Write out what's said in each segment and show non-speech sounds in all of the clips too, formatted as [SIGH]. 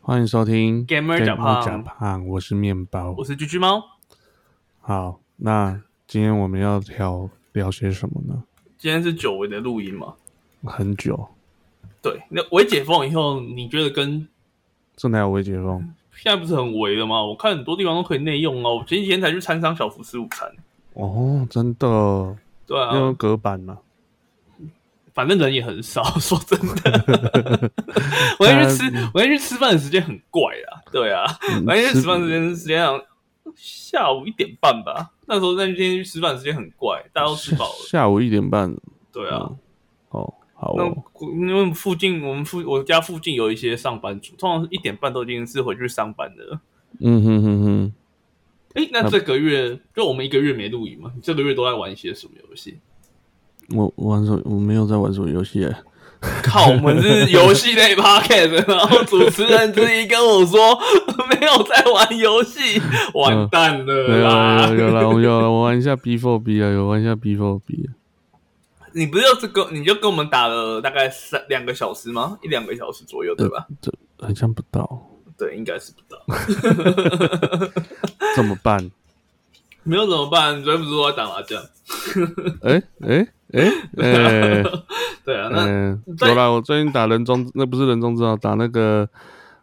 欢迎收听 Gamer Japan 胖，我是面包我。是居居猫。好，那今天我们要聊聊些什么呢？今天是久违的录音嘛？很久，对，那微解封以后，你觉得跟正台微解封，现在不是很围了吗？我看很多地方都可以内用哦。我前几天才去餐商小福吃午餐，哦，真的对要用啊，隔板嘛？反正人也很少。 [LAUGHS] 说 [LAUGHS] 真的，我那去吃，我那去吃饭的时间很怪啊。对啊，嗯我那去吃吃饭的时间时间好像下午一点半吧。那时候那天去吃饭的时间很怪，大家都吃饱了。下午一点半对啊，哦，好那哦，因为附近我们附我家附近有一些上班族，通常一点半都已经是回去上班的了。嗯哼哼哼，哎，那这个月就我们一个月没录影嘛？你这个月都在玩一些什么游 [LAUGHS] 戏？我我玩手，我没有在玩手游戏耶，靠，我们是游戏类 podcast，然后主持人自己跟我说 [LAUGHS] 没有在玩游戏，完蛋嗯有了啦有有啦！啦，我有了，我玩一下 B four B 啊，有玩一下 B four B，你不是就这个，你就跟我们打了大概三两个小时吗？一两个小时左右对吧？这好像不到，对，应该是不到。怎么办？没有怎么办？昨天不是说要打麻将？哎哎哎哎。对啊，那嗯，对有啦，我最近打人中，那不是人中之道，打那个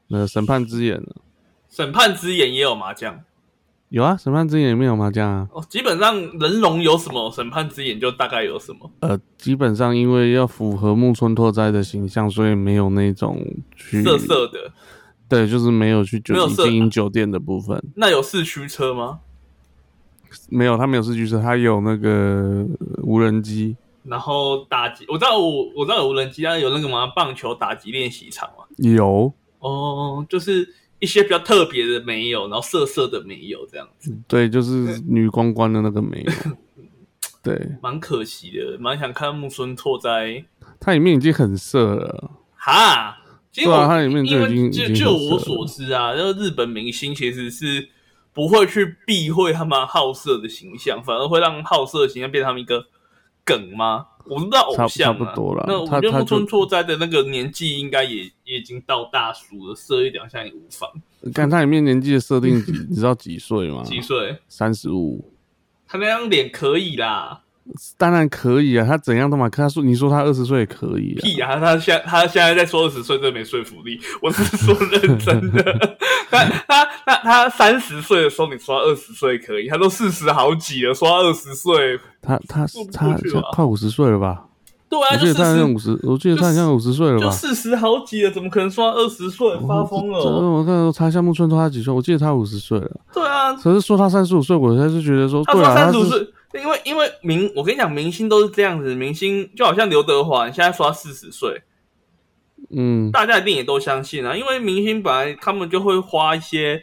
呃审判之眼了审判之眼也有麻将。有啊，审判之眼里面有麻将啊。哦，基本上人龙有什么，审判之眼就大概有什么。呃，基本上因为要符合木村拓哉的形象，所以没有那种去色色的，对，就是没有去酒没有店色经营酒店的部分，那有四驱车吗？没有，他没有四驱车，他有那个呃无人机，然后打击，我知道我我知道有无人机，但是有那个嘛棒球打击练习场嘛。有哦，就是一些比较特别的没有，然后色色的没有，这样子对，就是女公关的那个 [LAUGHS] 没有，对，蛮可惜的，蛮想看木村拓哉。它里面已经很色了，哈，其实对啊我它里面就已因经已为就经就很色我了所知啊，就是日本明星其实是不会去避讳他们好色的形象，反而会让好色的形象变成他们一个梗吗？我不知道差偶不像、啊、差不多啦那我他觉得他木就村拓哉的那个年纪应该也也已经到大叔了，色一点好像也无妨。看它里面年纪的设 [LAUGHS] 定几，你知道几岁吗？几岁？三十五。他那张脸可以啦，当然可以啊，他怎样都嘛，他说你说他二十岁也可以啊，屁呀、他现在他现在在说二十岁，真的没说服力。我是说认真的。他他他他三十岁的时候，你说二十岁可以，他都四十好几了，说二十岁，他他说不他过去他吧快五十岁了吧？对啊，我就记得四他好像十五十，我记得他好像五十岁了吧就？四十好几了，怎么可能说二十岁发疯了这这哦？我看到查一下木村拓他几岁，我记得他五十岁了，对啊，可是说他三十五岁，我才是觉得说，他对说啊，三他十五是岁，因为因为明，我跟你讲，明星都是这样子，明星就好像刘德华，你现在说他四十岁，嗯，大家一定也都相信啊，因为明星本来他们就会花一些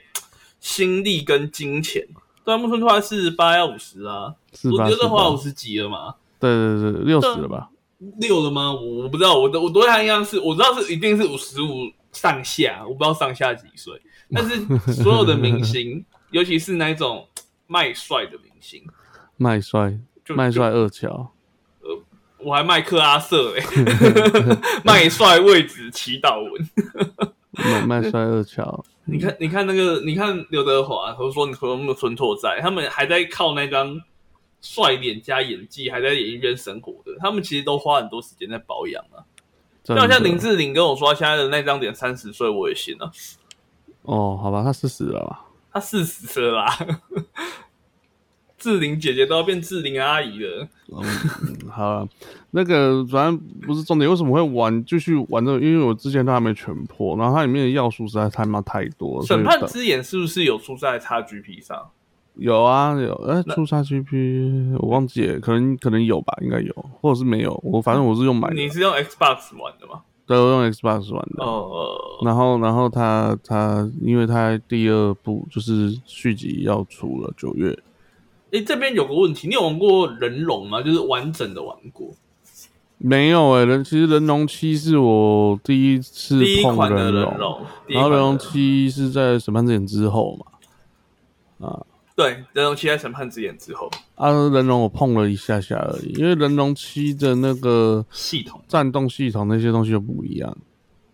心力跟金钱。对啊，木村拓哉四十八要五十啊，是我吧？觉得花是五吧十几了嘛，对对对，六十了吧？六了吗？我我不知道，我的我对他印象是，我知道是一定是五十五上下，我不知道上下几岁。但是所有的明 [LAUGHS] 星，尤其是那种卖帅的明星，麦帅就麦帅二乔，我还卖克阿瑟 [LAUGHS] 嘞、卖帅位置祈祷文。麦麦帅二乔，你看，你看那个，你看刘德华，我说你说木村拓哉，他们还在靠那张帅脸加演技，还在演艺圈生活的，他们其实都花很多时间在保养啊。 [LAUGHS] 就就好像林志玲跟我说，她现在的那张脸三十岁，我也信了、哦，好吧，他四十了吧？她四十岁啦、志玲姐姐都要变志玲阿姨了。嗯，好了，那个反正不是重点，为什么会玩继续玩这个？因为我之前都还没全破，然后它里面的要素实在他妈太多了。所以审判等之眼是不是有出在 XGP 上？有啊有，哎、出叉 GP 我忘记了，可能可能有吧，应该有，或者是没有。我反正我是用买的，你是用 Xbox 玩的吗？对，我用 Xbox 玩的。哦、然后然后他他，因为他第二部就是续集要出了，九月。诶，这边有个问题，你有玩过人龙吗？就是完整的玩过。没有哎、人其实人龙七是我第一次第一碰款的人人龙，龙，第一然后款的人龙七是在审判之眼之后嘛。对人龙七在审判之眼之后，啊，人龙我碰了一下下而已，因为人龙七的那个系统战斗系统那些东西又不一样。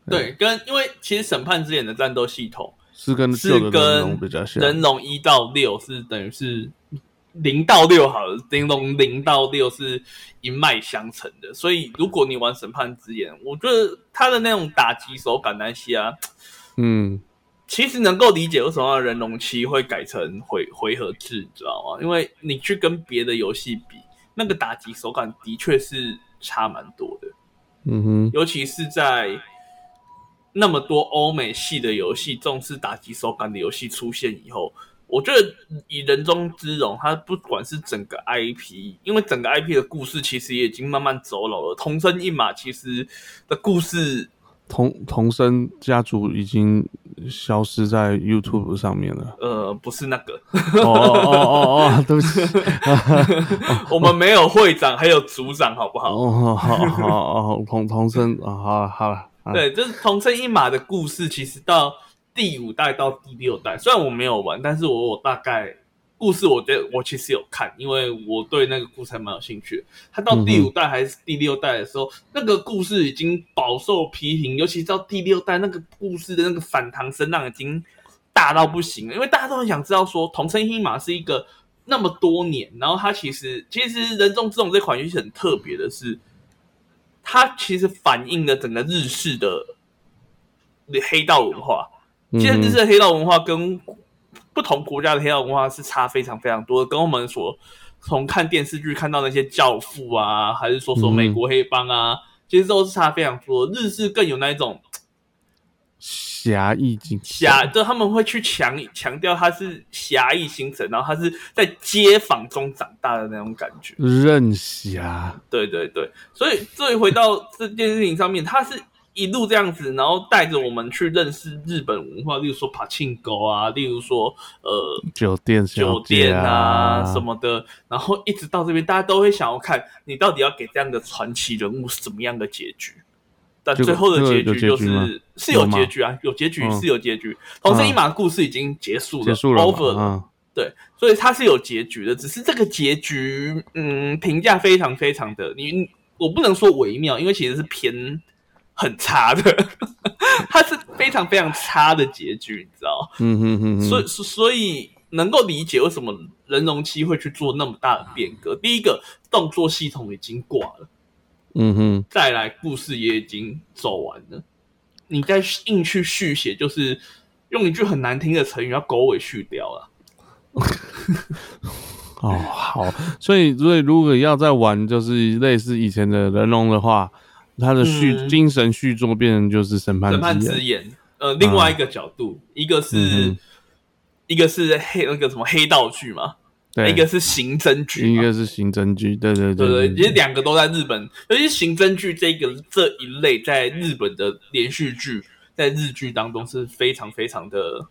对，跟因为其实审判之眼的战斗系统是跟旧是啊的人龙跟比较像，人龙一到六是等于是零到六好了，人龙零到六是一脉相承的，所以如果你玩审判之眼，我觉得他的那种打击手感那些啊，嗯其实能够理解为什么人龙七会改成回回合制，你知道吗？因为你去跟别的游戏比，那个打击手感的确是差蛮多的，嗯哼，尤其是在那么多欧美系的游戏重视打击手感的游戏出现以后，我觉得以人中之龙，它不管是整个 IP，因为整个 IP 的故事其实也已经慢慢走老了，同生一马其实的故事同同生家族已经消失在 YouTube 上面了。呃不是那个。哦哦哦哦哦，对不起，我们没有会长，还有组长，好不好？哦，好好好，哦同同生啊，好了好了，啊，对，就是同生一马的故事，其实到第五代到第六代，虽然我没有玩，但是我我大概故事我觉得我其实有看，因为我对那个故事还蛮有兴趣的。他到第五代还是第六代的时候，那个故事已经饱受批评，尤其到第六代那个故事的那个反弹声浪已经大到不行了，因为大家都很想知道说同生一马是一个那么多年，然后它其实其实人中之龙这款游戏很特别的是，它其实反映了整个日式的黑道文化。嗯其实日式的黑道文化跟不同国家的黑道文化是差非常非常多的，跟我们所从看电视剧看到那些教父啊，还是说说美国黑帮啊，其实都是差非常多的。日式更有那一种侠义精神侠，就他们会去强强调他是侠义精神，然后他是在街坊中长大的那种感觉。任侠，对对对，所以所以回到这件事情上面，他是一路这样子，然后带着我们去认识日本文化，例如说爬庆狗啊，例如说呃酒店小酒姐店啊啊什么的，然后一直到这边，大家都会想要看你到底要给这样的传奇人物什么样的结局。但这个最后的结局这个有就结局吗是是有有吗结局啊，有结局嗯是有结局。同生一马的故事已经结束了结束了嘛 over 了，啊对，所以它是有结局的，只是这个结局，嗯，评价非常非常的，你你我不能说微妙，因为其实是偏很差的， [LAUGHS] 它是非常非常差的结局，你知道？嗯哼哼哼，所以所所以能够理解为什么人容七会去做那么大的变革。第一个，动作系统已经挂了，嗯哼，再来故事也已经走完了，你再硬去续写，就是用一句很难听的成语，要狗尾续貂了。哦好，所以所以如果要再玩就是类似以前的人龙的话，它的续、嗯精神续作变成就是审判审判之之眼，眼，呃，另外一个角度，一个是、嗯哼一个是黑那个什么黑道剧嘛，对，一个是刑侦剧一嘛，个是刑侦剧，对对对不对对？其实两个都在日本，尤其是刑侦剧这个这一类，在日本的连续剧，在日剧当中是非常非常的，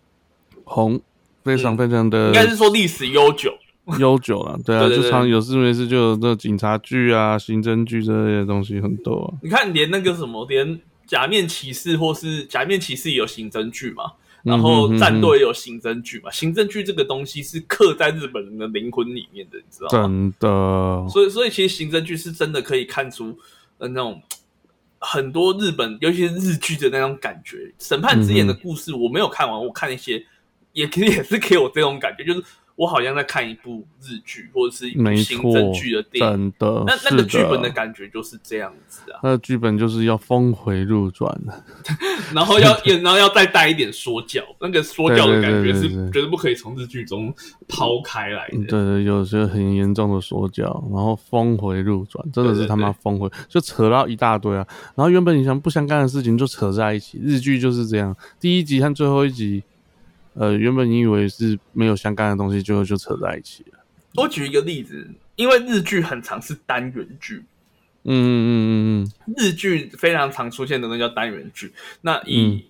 红非常非常的嗯应该是说历史悠久。悠久了，对啊，对对就对常有事没事就有这警察剧啊、刑侦剧这类的东西很多、啊。你看，连那个什么，连假面骑士或是假面骑士也有刑侦剧嘛。然嗯哼后嗯哼战队也有刑侦剧嘛，刑侦剧这个东西是刻在日本人的灵魂里面的，你知道吗？真的，所以，所以其实刑侦剧是真的可以看出呃那种很多日本，尤其是日剧的那种感觉。审判之嗯眼的故事我没有看完，我看一些也可也是给我这种感觉，就是我好像在看一部日剧或者是一部没刑错侦剧的，电影。真的，那那个是剧本的感觉就是这样子啊，他的剧本就是要峰回路转，啊然后要也然后要再带一点说教，那个说教的感对对觉对是对对嗯绝对不可以从日剧中抛开来对的。对，有些很严重的说教，然后峰回路转，真的对是对他妈对峰回，就扯到一大堆啊。然后原本你想不相干的事情就扯在一起，日剧就是这样，第一集和最后一集，呃，原本你以为是没有相干的东西，最后就扯在一起了。我举一个例子，因为日剧很常是单元剧，嗯嗯嗯嗯日剧非常常出现的那叫单元剧。那以嗯《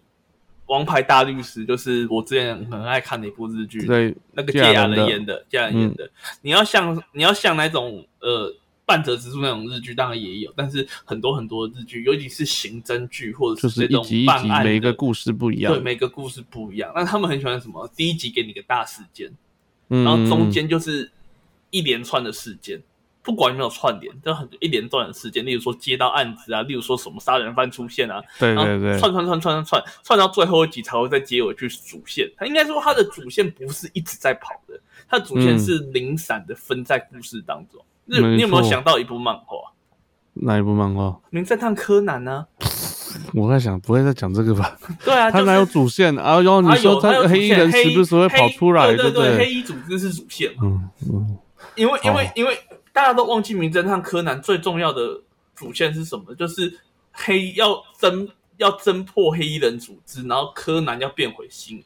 王牌大律师》就是我之前很爱看的一部日剧嗯，，对，那个芥芥雅雅人人的嗯演的，芥雅人演的。你要像你要像那种呃半泽直树那种日剧，当然也有，但是很多很多日剧，尤其是刑侦剧或者就是是这一种集一办集，案每一个的。故事不一样对，，每个故事不一样。那他们很喜欢什么？第一集给你个大事件，嗯然后中，嗯间就是一连串的事件，不管有没有串联，都很一连串的事件，例如说接到案子啊，例如说什么杀人犯出现啊，对然对后对，串串串串串串到最后一集才会再接回去主线。它应该说它的主线不是一直在跑的，它的主线嗯是零散的分在故事当中。那没你有没有错想到一部漫画哪一部漫画？ 《名侦探柯南》呢？我在想，不会再讲这个吧？对啊，他就是哪有主线啊？然后你他说有他有黑主衣线人黑时衣不时会跑黑出来，对对不对，黑对？衣组织是主线嘛，嗯嗯，因为因为、哦因为大家都忘记《名侦探柯南》最重要的主线是什么，就是黑要侦要侦破黑衣人组织，然后柯南要变回新一。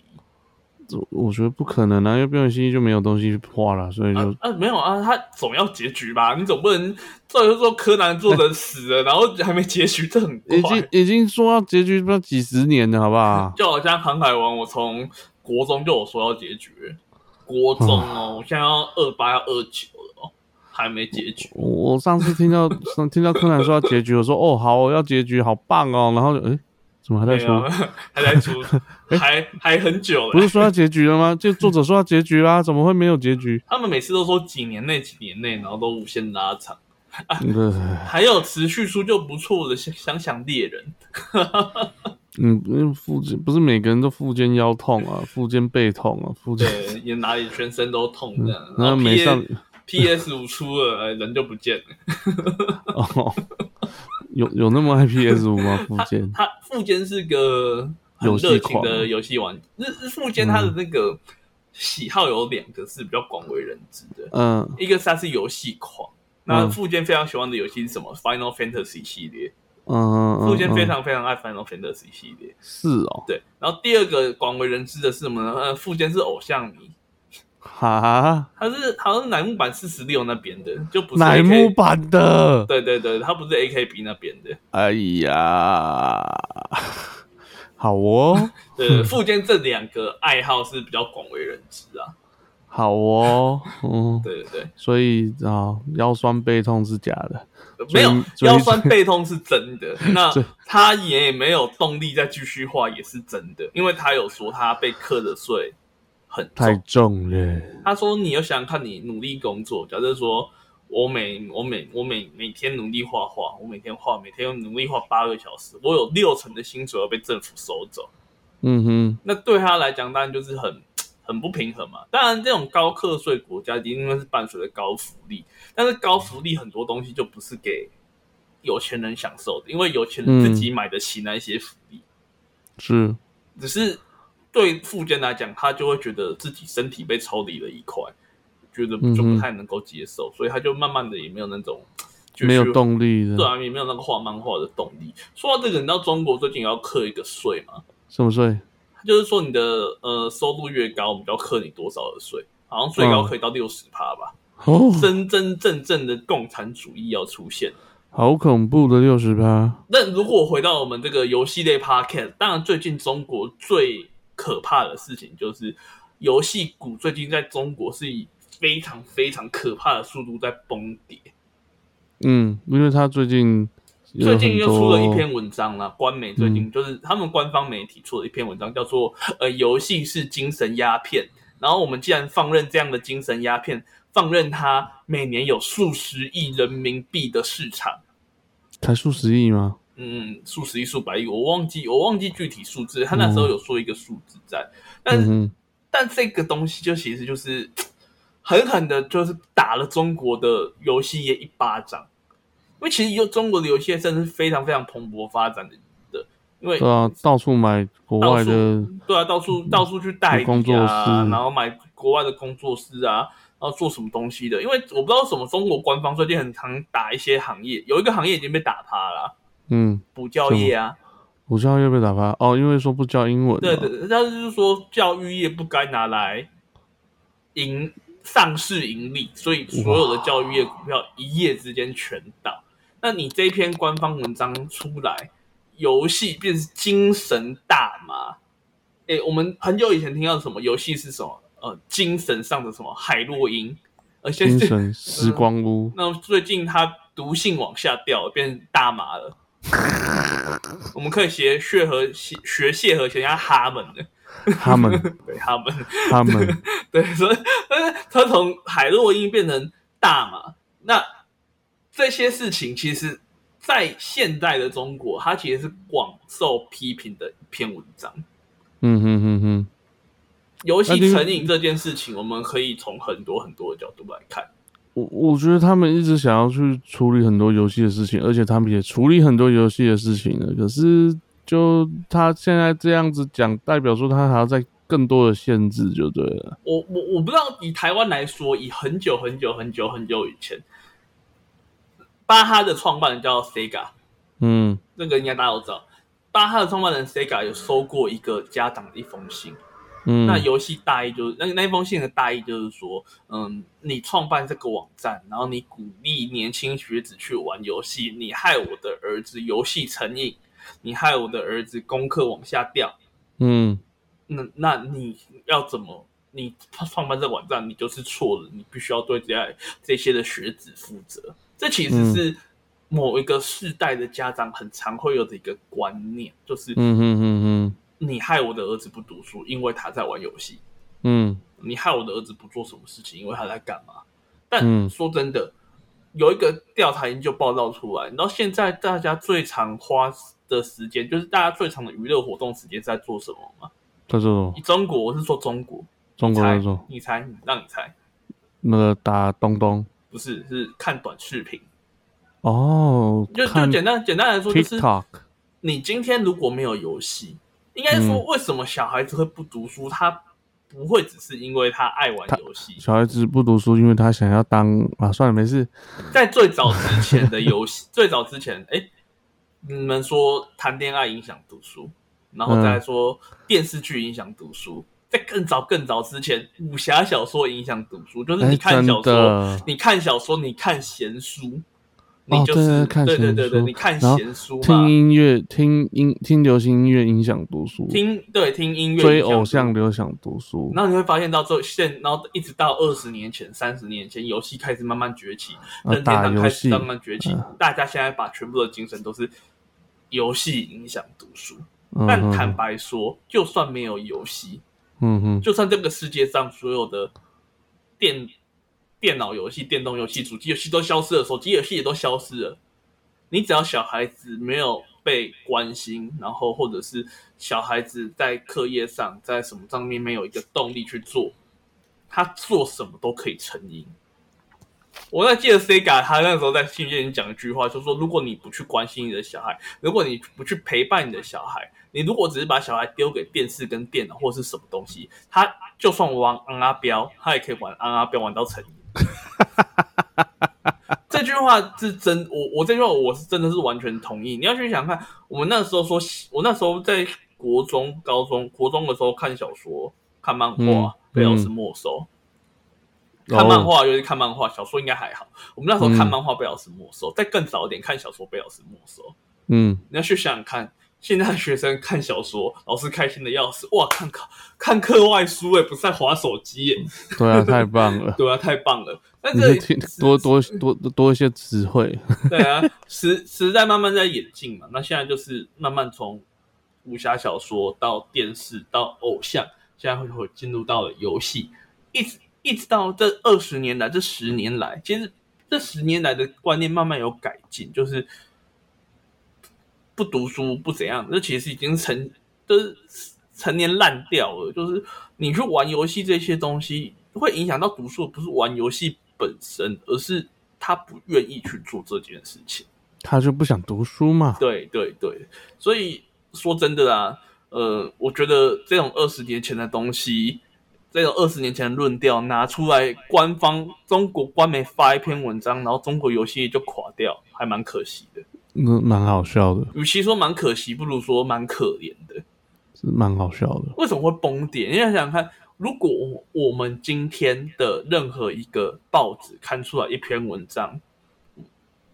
我我觉得不可能啊，因为变形蜥蜴就没有东西画了，所以就啊啊，没有啊，他总要结局吧？你总不能照理说柯南作者死了，然后还没结局，这很已怪经。已经说要结局不知道几十年了，好不 [LAUGHS] 好？就好像《航海王》，我从国中就有说要结局，国中哦，嗯我现在要二八要二九了哦，还没结局。我我上次听到上听到柯南说要结局，我说哦好，我要结局，好棒哦。然后诶、怎么还在没有啊说？，还 [LAUGHS] 在出，哎还还很久不了是。说要结局了吗？就作者说要结局啦，怎么会没有结 [LAUGHS] 局？他们每次都说几年内几年内，然后都无限拉长。嗯还有持续出就不错的，想想想猎人，嗯，因为腹肩不是每个人都腹肩腰痛啊，腹肩背痛啊，腹肩。对，嗯也哪里全身都痛这样。然后没 P 上 PS 五出了，哎人就不见了。 [LAUGHS] 哦，有有那么爱 PS 五吗？腹肩他富坚是个很热情的游戏玩，日富坚他的那个喜好有两个是比较广为人知的，嗯，一个是他是游戏狂。那富坚非常喜欢的游戏是什么？Final Fantasy 系列，嗯嗯嗯，富坚非嗯常非常爱 Final Fantasy 系列。是哦，对，然后第二个广为人知的是什么呢？呃，富坚是偶像迷，哈，他是好像是乃木坂四十六那边的，就不是乃 AK, 木版的，对对对，他不是 AKB 那边的。哎呀， [LAUGHS] 好 [LAUGHS] 哦，对，富坚这两个爱好是比较广为人知啊。好哦，嗯，对对对。所以啊，腰酸背痛是假的，没有所以腰酸背痛是真的，那所以他也没有动力再继续画也是真的，因为他有说他被课的税很太重。重了，他说你要想想看你努力工作，假设说我每我每我每每天努力画画，我每天画每天努力画八个小时，我有六成的薪水要被政府收走，嗯哼，那对他来讲当然就是很很不平衡嘛。当然这种高课税国家一定是伴随着高福利，但是高福利很多东西就不是给有钱人享受的，因为有钱人自己买得起那一些福利，是，只是对富坚来讲，他就会觉得自己身体被抽离了一块，觉得就嗯不哼太能够接受，所以他就慢慢的也没有那种。继续没有动力对的，啊，也没有那个画漫画的动力。说到这个，你知道中国最近也要课一个税嘛？什么税？就是说你的呃收入越高，我们就要课你多少的税，好像最高嗯可以到六十趴吧。哦，真真正正的共产主义要出现。好恐怖的六十趴，那如果回到我们这个游戏类 podcast，当然最近中国最可怕的事情就是游戏股最近在中国是以非常非常可怕的速度在崩跌。嗯，因为他最近有最近又很出多嗯了一篇文章啦，官媒最近就是他们官方媒体出了一篇文章，叫做“呃，游戏是精神鸦片”。然后我们既然放任这样的精神鸦片，放任它每年有数十亿人民币的市场，才数十亿吗？嗯，数十亿、数百亿，我忘记我忘记具体数字，他那时候有说一个数字在，但嗯是哼，但这个东西就其实就是狠狠的，就是打了中国的游戏业一巴掌。因为其实有中国的游戏业真的是非常非常蓬勃发展的，的因为对啊，到处买国到外处的，对啊，到处到处去代理啊，工作室然后买国外的工作室啊，然后做什么东西的。因为我不知道为什么中国官方最近很常打一些行业，有一个行业已经被打趴了啊、嗯，补教业啊，我知道又被打趴哦，因为说不教英文嘛，对对，但是就是说教育业不该拿来盈上市盈利，所以所有的教育业股票一夜之间全倒。那你这一篇官方文章出来，游戏便是精神大麻。诶，我们很久以前听到什么游戏是什么？呃，精神上的什么海洛因，而且精是神时光屋， [LAUGHS] 那最近它毒性往下掉，变成大麻了。我们可以学血和学谢和弦加哈们的，他 [LAUGHS] 们对他们，他们，对，所以但是他从海洛因变成大麻，那这些事情其实，在现代的中国，它其实是广受批评的一篇文章。 [LAUGHS] 嗯哼哼哼，尤那其你成瘾这件事情，我们可以从很多很多的角度来看。我我觉得他们一直想要去处理很多游戏的事情，而且他们也处理很多游戏的事情了。可是就他现在这样子讲，代表说他还要再更多的限制就对了。我我我不知道，以台湾来说，以很久很久很久很久以前，巴哈的创办人叫 Sega，嗯那个应该大家都知道。巴哈的创办人 Sega 有收过一个家长的一封信，嗯，那游戏大意就是那那封信的大意就是说，嗯，你创办这个网站，然后你鼓励年轻学子去玩游戏，你害我的儿子游戏成瘾，你害我的儿子功课往下掉，嗯那那你要怎么？你创办这个网站，你就是错了，你必须要对这些这些的学子负责。这其实是嗯某一个世代的家长很常会有的一个观念，就是嗯哼哼哼你害我的儿子不读书，因为他在玩游戏。嗯你害我的儿子不做什么事情，因为他在干嘛？但嗯说真的，有一个调查研究报道出来，然后现在大家最常花的时间，就是大家最常的娱乐活动时间是在做什么吗？在这种以中国，我是说中国，中国猜那种，你猜，你让你猜，那个打东东不是，是看短视频。哦，就就看简单简单来说，就是 TikTok，你今天如果没有游戏，应该嗯说为什么小孩子会不读书？他不会只是因为他爱玩游戏，小孩子不读书，因为他想要当啊，算了，没事。在最早之前的游戏， [LAUGHS] 最早之前，哎、你们说谈恋爱影响读书，然后再来说电视剧影响读书，在更早更早之前，武侠小说影响读书，就是哎，你看真小说，的，你看小说，你看闲书，哦你就是、对对看对对对闲对，书你看然后闲书嘛听，音乐，听音听流行音乐影响读书，听对听音乐，追影响读偶像流行读书。然后你会发现到最后现，然后一直到二十年前、三十年前，游戏开始慢慢崛起，啊任天堂打开游始戏嗯慢慢崛起，大家现在把全部的精神都是游戏影响读书。嗯但哼坦白说，就算没有游戏，嗯哼，就算这个世界上所有的电电脑游戏、电动游戏、主机游戏都消失了，手机游戏也都消失了，你只要小孩子没有被关心，然后或者是小孩子在课业上、在什么上面没有一个动力去做，他做什么都可以成瘾。我在记得 Sega 他那时候在信件里讲一句话，就说如果你不去关心你的小孩，如果你不去陪伴你的小孩，你如果只是把小孩丢给电视跟电脑或是什么东西，他就算玩昂阿彪，他也可以玩昂阿彪玩到成瘾。这句话是真，我我这句话我是真的是完全同意。你要去想看，我们那时候说，我那时候在国中、高中、国中的时候看小说、看漫画，嗯被老师嗯没收。哦看漫画，尤其看漫画，小说应该还好。我们那时候嗯看漫画被老师没收，再更早一点看小说被老师没收。嗯，你要去想想看，现在的学生看小说，老师开心的要死，哇，看课看课外书哎，不是在划手机耶，，对啊，太棒了 [LAUGHS] 对啊，太棒了。但你这就听多多多多一些词汇。 [LAUGHS] 对啊，时时代慢慢在演进嘛，那现在就是慢慢从武侠小说到电视到偶像，现在会会进入到了游戏，一直一直到这二十年来，这十年来，其实这十年来的观念慢慢有改进，就是不读书不怎样，这其实已经成就是成年烂掉了。就是你去玩游戏这些东西，会影响到读书，不是玩游戏本身，而是他不愿意去做这件事情。他就不想读书嘛？对对对，所以说真的啊，呃，我觉得这种二十年前的东西，这种二十年前的论调拿出来，官方中国官媒发一篇文章，然后中国游戏就垮掉，还蛮可惜的。那蛮好笑的，与其说蛮可惜，不如说蛮可怜的。是蛮好笑的。为什么会崩跌？你想想看，如果我们今天的任何一个报纸刊出来一篇文章，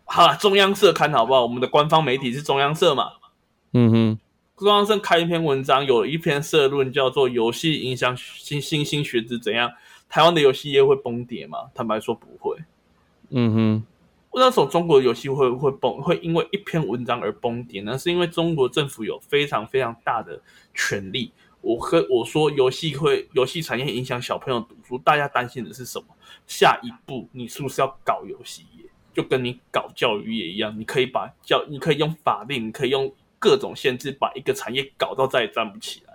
好啦，中央社刊好不好？我们的官方媒体是中央社嘛？嗯哼，中央社开一篇文章，有一篇社论叫做“游戏影响新新兴学子怎样”，台湾的游戏业会崩跌吗？坦白说不会。嗯哼，那时候中国的游戏会会崩，会因为一篇文章而崩跌呢？是因为中国政府有非常非常大的权力。我和我说游戏会游戏产业影响小朋友读书，大家担心的是什么？下一步你是不是要搞游戏业？就跟你搞教育也一样，你可以把教，你可以用法令，你可以用各种限制，把一个产业搞到再也站不起来。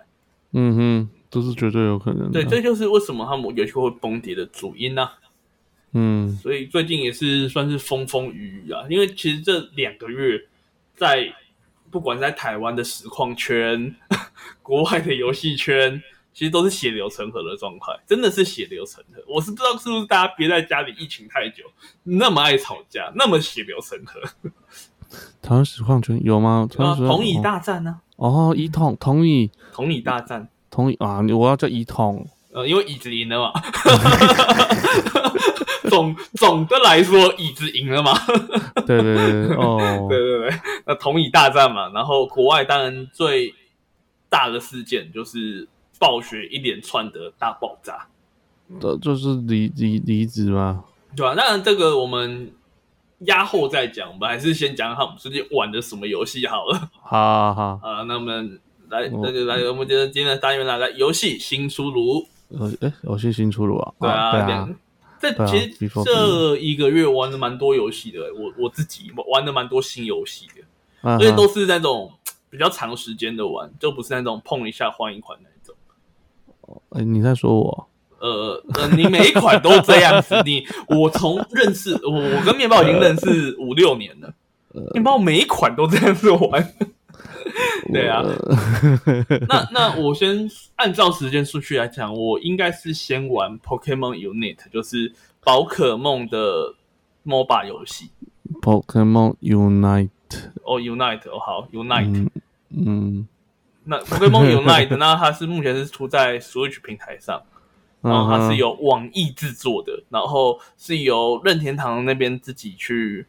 嗯哼，这是绝对有可能的。对，这就是为什么他们游戏会崩跌的主因啊呐、嗯所以最近也是算是风风雨雨啊，因为其实这两个月在不管是在台湾的实况圈、 [LAUGHS] 国外的游戏圈，其实都是血流成河的状态，真的是血流成河。我是不知道是不是大家憋在家里疫情太久，那么爱吵架，那么血流成河。台湾实况圈有吗？台啊，湾实况同椅大战呢、哦，一统同意同椅大战，同意啊！我要叫一统，呃，因为椅子赢了嘛。总总的来说，椅子赢了嘛。对对对对哦， [LAUGHS] 对对对，那同以大战嘛，然后国外当然最大的事件就是暴雪一连串的大爆炸，这就是离离离职嘛。对吧、当然这个我们压后再讲，我们还是先讲好我们最近玩的什么游戏好了 [LAUGHS] 好好好，啊。那我们来，嗯那就来，我们今天今天的单元来来游戏新出炉，我哎，我是新出炉啊，对啊，对啊两，这对啊其实 Before 这一个月玩的蛮多游戏的，我我自己玩的蛮多新游戏的。而而且都是那种比较长时间的玩，就不是那种碰一下换一款那一种。哎，你在说我？呃呃，你每一款都这样子，你我从认识 [LAUGHS] 我我跟面包已经认识五六年了，面包每一款都这样子玩。 [LAUGHS] 对啊我， [LAUGHS] 那那我先按照时间顺序来讲，我应该是先玩 Pokemon Unit，就是宝可梦的 MOBA 游戏。 Pokemon Unite，哦，Unite 哦，好 Unite。嗯嗯那 Pokemon Unite 那它是目前是出在 Switch 平台上。嗯然后哦它是由网易制作的，然后是由任天堂那边自己去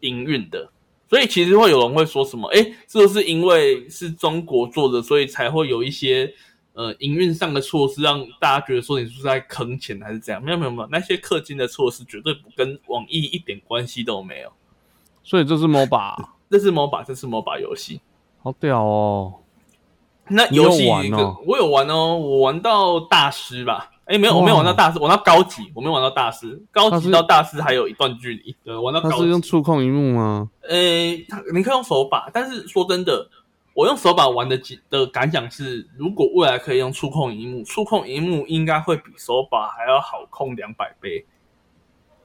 营运的。所以其实会有人会说什么？哎，这个是因为是中国做的，所以才会有一些呃营运上的措施，让大家觉得说你是在坑钱还是怎样？没有没有没有，那些氪金的措施绝对不跟网易一点关系都没有。所以这是 MOBA，啊 [LAUGHS] 这是 MOBA，这是 MOBA 游戏。好屌哦！那你有游戏玩跟哦我有玩哦，我玩到大师吧。哎，没有，我没有哇玩到大师，玩到高级，我没有玩到大师，高它级是到大师还有一段距离。对，玩到它高是用级。触控荧幕吗？呃，它你可以用手把，但是说真的，我用手把玩的几的感想是，如果未来可以用触控荧幕，触控荧幕应该会比手把还要好控两百倍。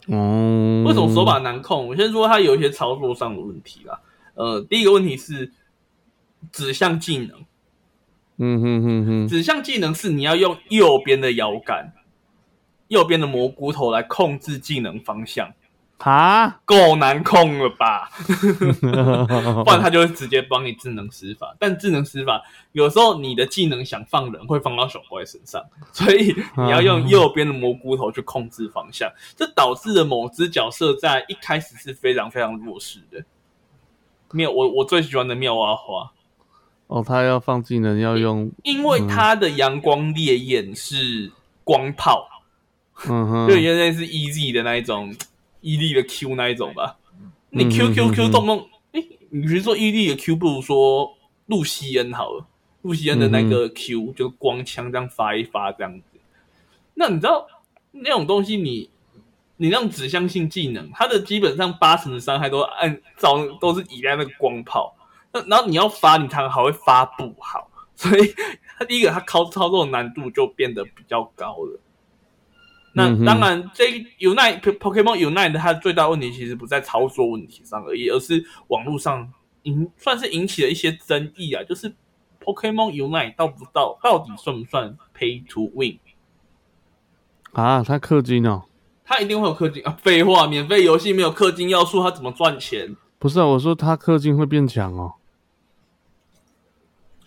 哦，为什么手把难控？我先说它有一些操作上的问题啦。呃，第一个问题是呃指向技能。嗯哼哼哼，指向技能是你要用右边的摇杆，右边的蘑菇头来控制技能方向， [LAUGHS] 哈， [LAUGHS] 够难控了吧？不然他就会直接帮你智能施法。但智能施法有时候你的技能想放人，会放到小怪身上，所以你要用右边的蘑菇头去控制方向，这导致了某只角色在一开始是非常非常弱势的。妙，我我最喜欢的妙蛙花，哦，他要放技能要用，因为它的阳光烈焰是光炮。嗯哼，就原来是 EZ E 的那一种 EZ 的 Q 那一种吧。你嗯 Q 嗯 Q 嗯 Q 嗯动动，哎、你比如说 EZ 的 Q，不如说露西恩好了。露西恩的那嗯个 Q、就光枪这样发一发这样子。那你知道那种东西你，你那种指向性技能，它的基本上八成的伤害都按照都是依赖那个光炮。那然后你要发，你常常还会发不好，所以它第一个它操操作难度就变得比较高了。那嗯哼当然，这 Unite Pokemon Unite 它的最大问题其实不在操作问题上而已，而是网络上引算是引起了一些争议啊，就是 Pokemon Unite 到不到到底算不算 Pay to Win？啊，他氪金哦，它一定会有氪金啊！废话，免费游戏没有氪金要素，它怎么赚钱？不是啊，我说他氪金会变强哦，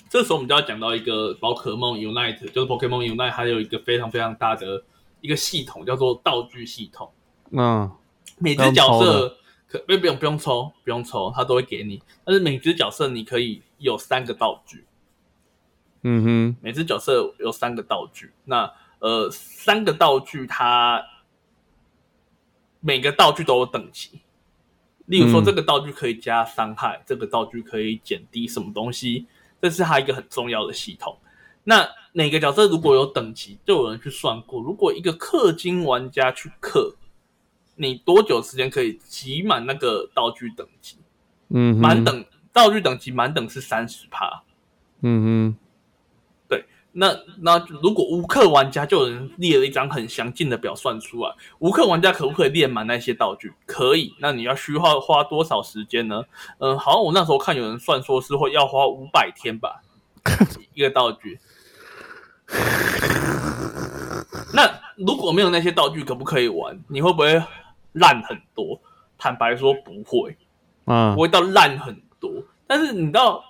这时候我们就要讲到一个宝可梦 Unite，就是 Pokemon Unite，它有一个非常非常大的一个系统叫做道具系统。嗯，每只角色可不不用不用抽，不用抽，它都会给你。但是每只角色你可以有三个道具，嗯每只角色有三个道具。那呃，三个道具它每个道具都有等级。例如说，嗯这个道具可以加伤害，这个道具可以减低什么东西，这是它一个很重要的系统。那每个角色如果有等级，就有人去算过，如果一个氪金玩家去氪，你多久时间可以集满那个道具等级？嗯哼，满等道具等级满等是三十趴。嗯那那如果无氪玩家就有人列了一张很详尽的表算出来，无氪玩家可不可以列满那些道具？可以。那你要需要花多少时间呢？嗯，好像我那时候看有人算说是会要花五百天吧，一个道具。那如果没有那些道具，可不可以玩？你会不会烂很多？坦白说不会，哼，啊不，会到烂很多。但是你知道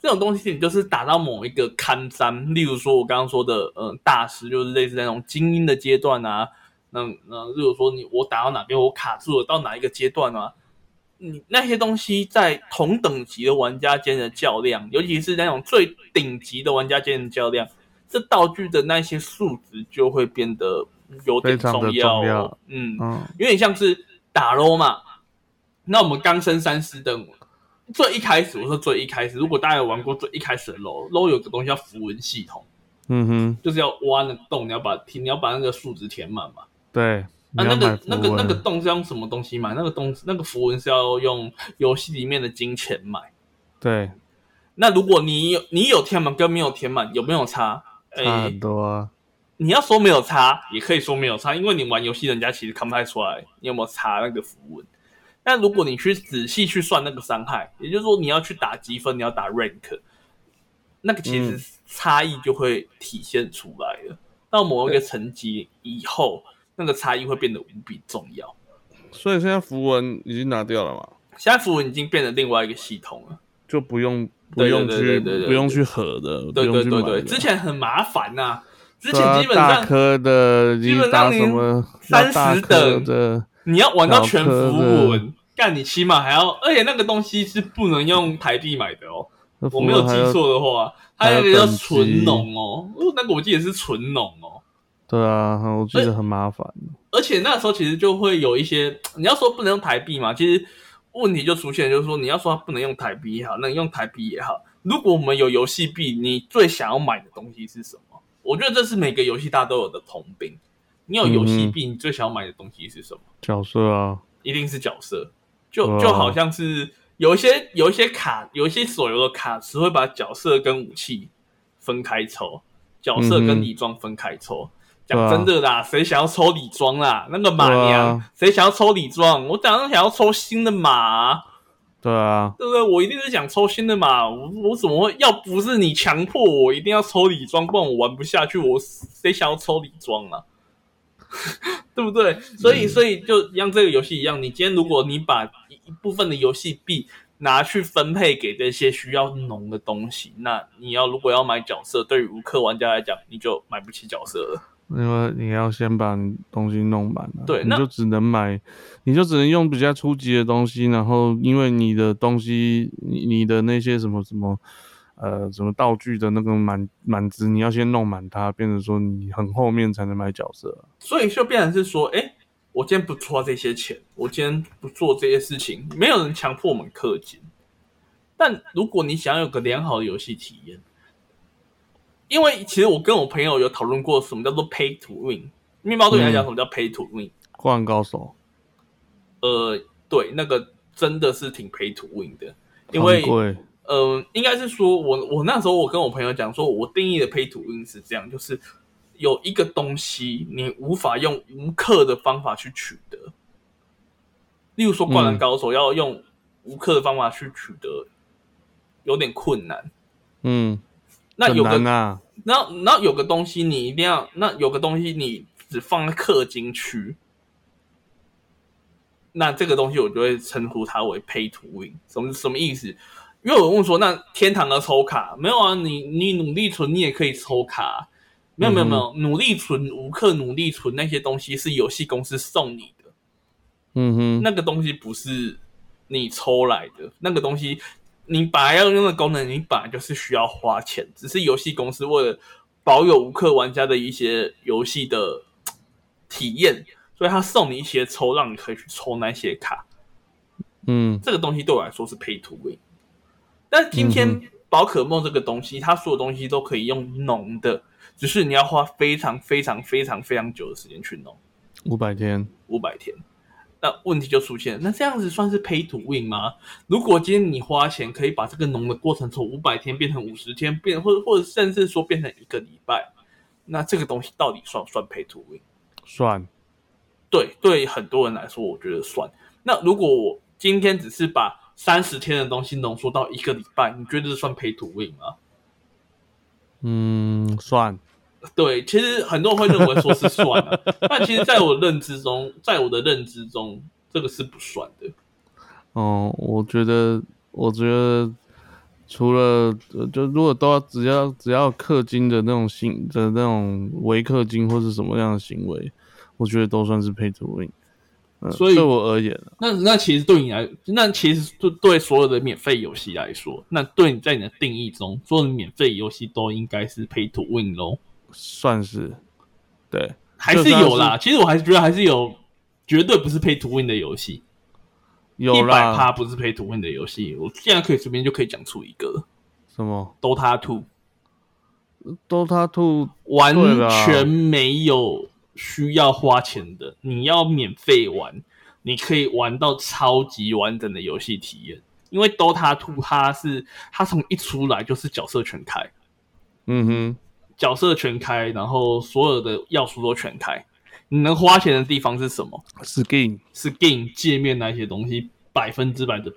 这种东西，你就是打到某一个刊章，例如说我刚刚说的，嗯、大师就是类似那种精英的阶段啊。那那例如说你我打到哪边，我卡住了，到哪一个阶段啊？你那些东西在同等级的玩家间的较量，尤其是那种最顶级的玩家间的较量，这道具的那些数值就会变得有点非常的重要,、哦、重要嗯，嗯有点像是打 LO 嘛。那我们刚升三四等，最一开始我说最一开始，如果大家有玩过最一开始的 LO，LO 有个东西叫符文系统，嗯哼，就是要挖那个洞，你要把你要把那个数值填满嘛。对，啊，你要那买个符那个文那个洞是用什么东西买？那个东那个符文是要用游戏里面的金钱买。对，那如果你有你有填满跟没有填满有没有差？哎、差很多啊，你要说没有差，也可以说没有差，因为你玩游戏，人家其实看不太出来你有没有差那个符文。但如果你去仔细去算那个伤害，也就是说你要去打积分，你要打 rank，那个其实差异就会体现出来了。到某一个层级以后，那个差异会变得无比重要。所以现在符文已经拿掉了嘛，现在符文已经变成另外一个系统了。就不用不对对用对去对对对不用去合的，对不对用去对买对，的之前很麻烦呐、之对啊前基本大上颗的，基本你打上什么你要大30颗等的，你要玩到全符小颗的文，干你起码还要，而且那个东西是不能用台币买的哦。那我符没有文记还要错的话，它还有那个叫等级纯农哦，哦那个我记得是纯农哦。对啊，我记而得很麻烦，而且那时候其实就会有一些，你要说不能用台币嘛，其实问题就出现，就是说你要说它不能用台币也好，能用台币也好，如果我们有游戏币，你最想要买的东西是什么？我觉得这是每个游戏大家都有的通病。你有游戏币，你最想要买的东西是什么？角色啊，一定是角色，就哦就好像是有一些有一些卡，有一些手游的卡池会把角色跟武器分开抽，角色嗯哼跟礼装分开抽。对啊讲真的啦，谁想要抽礼装啦？那个马对啊娘，谁想要抽礼装？我当然想要抽新的马啊、对啊，对不对？我一定是想抽新的嘛，我我怎么会？要不是你强迫我一定要抽礼装，不然我玩不下去。我谁想要抽礼装啊？ [LAUGHS] 对不对？所以，所以就像这个游戏一样，你今天如果你把一一部分的游戏币拿去分配给这些需要浓的东西，那你要如果要买角色，对于无氪玩家来讲，你就买不起角色了。因为你要先把你东西弄满了，对你那就只能买，你就只能用比较初级的东西，然后因为你的东西，你你的那些什么什么，呃，什么道具的那个满满值，你要先弄满它，变成说你很后面才能买角色，所以就变成是说，哎、我今天不花这些钱，我今天不做这些事情，没有人强迫我们氪金。但如果你想要有个良好的游戏体验，因为其实我跟我朋友有讨论过什么叫做 pay to win。面包对你来讲，什么叫 pay to win？、灌篮高手呃，对，那个真的是挺 pay to win 的，因很为贵，呃，应该是说我我那时候我跟我朋友讲说，我定义的 pay to win 是这样，就是有一个东西你无法用无氪的方法去取得，例如说《灌篮嗯高手》要用无氪的方法去取得，有点困难。嗯，那很有个难啊，然后，然后有个东西你一定要，那有个东西你只放在氪金区，那这个东西我就会称呼它为 pay to win，什么什么意思？因为我问说，那天堂的抽卡没有啊？你你努力存，你也可以抽卡，没有没有没有，努力存无氪，努力存那些东西是游戏公司送你的，嗯哼，那个东西不是你抽来的，那个东西你本来要用的功能，你本来就是需要花钱，只是游戏公司为了保有无氪玩家的一些游戏的嘖体验，所以他送你一些抽，让你可以去抽那些卡。嗯，这个东西对我来说是 pay to win，但是今天嗯宝可梦这个东西，它所有东西都可以用浓的，只是你要花非常非常非常非常久的时间去弄。五百天，五百天。那问题就出现了，那这样子算是 pay to win 吗？如果今天你花钱可以把这个农的过程从五百天变成五十天，变或者或者甚至说变成一个礼拜，那这个东西到底算不算 pay to win？算，对，对很多人来说，我觉得算。那如果我今天只是把三十天的东西浓缩到一个礼拜，你觉得这算 pay to win 吗？嗯，算，对，其实很多人会认为说是算了、 [LAUGHS] 但其实在我认知中，在我的认知中，这个是不算的。哦，我觉得，我觉得除了呃就如果都要只要只要氪金的那种行的那种违氪金或是什么样的行为，我觉得都算是 pay to win。嗯，所以对我而言，那那其实对你来，那其实对对所有的免费游戏来说，那对你在你的定义中，所有的免费游戏都应该是 pay to win 咯，算是对，还是有啦。其实我还是觉得还是有，绝对不是 pay to win 的游戏，一有百趴啦，不是 pay to win 的游戏。我现在可以随便就可以讲出一个了什么 Dota Two， Dota Two 完对啦全没有需要花钱的，你要免费玩，你可以玩到超级完整的游戏体验。因为 Dota Two 它是它从一出来就是角色全开，嗯角色全开，然后所有的要素都全开。你能花钱的地方是什么哼，Skin ？Skin 界面那些东西，百分之百的，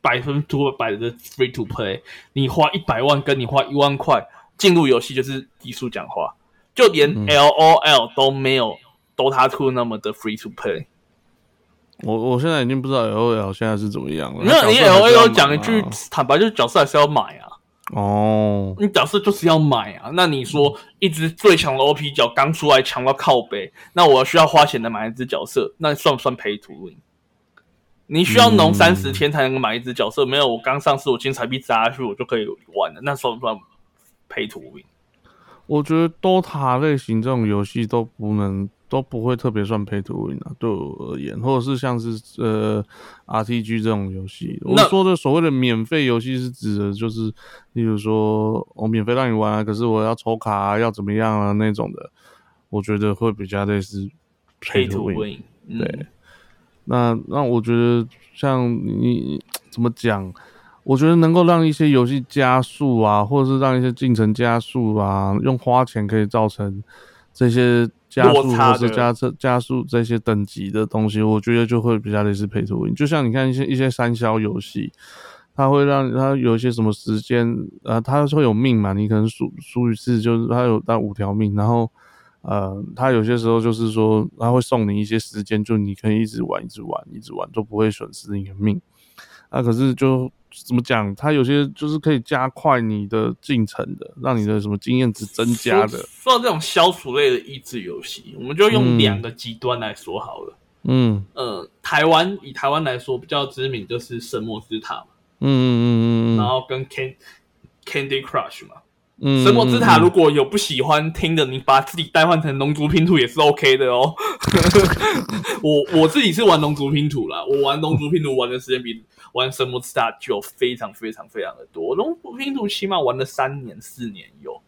百分之百的 free to play。你花一百万跟你花一万块进入游戏，就是低速讲话，就连嗯 LOL 都没有 Dota Two 那么的 free to play。我我现在已经不知道 L O L 现在是怎么样了。那你角色还是要 LOL 讲一买句啊坦白，就是角色还是要买啊。哦，你角色就是要买啊。那你说一只最强的 OP 角刚出来强到靠背，那我需要花钱来买一只角色，那算不算 pay to win？你需要农嗯三十天才能买一只角色，没有我刚上次我金彩币砸下去我就可以玩了，那算不算 pay to win？我觉得 DOTA 类型这种游戏都不能都不会特别算 pay to win 啊，对我而言，或者是像是呃 RPG 这种游戏，我那说的所谓的免费游戏是指的就是，例如说我免费让你玩啊，可是我要抽卡啊，要怎么样啊那种的，我觉得会比较类似 pay pay to to win。 win，对，那那我觉得像你怎么讲？我觉得能够让一些游戏加速啊，或者是让一些进程加速啊，用花钱可以造成这些加速落差或的是加速加速这些等级的东西，我觉得就会比较类似配图。就像你看一些一些三消游戏，它会让它有一些什么时间，呃，它会有命嘛，你可能数数一次就是它有到五条命，然后呃，它有些时候就是说它会送你一些时间，就你可以一直玩，一直玩，一直玩都不会损失你的命。啊，可是就怎么讲，它有些就是可以加快你的进程的，让你的什么经验值增加的说。说到这种消除类的益智游戏，我们就嗯用两个极端来说好了。 [LAUGHS] 嗯呃，台湾以台湾来说比较知名就是《神魔之塔》嘛，嗯嗯嗯嗯嗯，然后跟 Can Candy Crush 嘛。嗯神魔之嗯塔嗯如果有不喜欢听的，你把自己代换成龙族拼图也是 OK 的哦。 [LAUGHS] 我我自己是玩龙族拼图啦，我玩龙族拼图玩的时间比玩神魔之塔久非常非常非常的多。龙族拼图起码玩了三年四年有，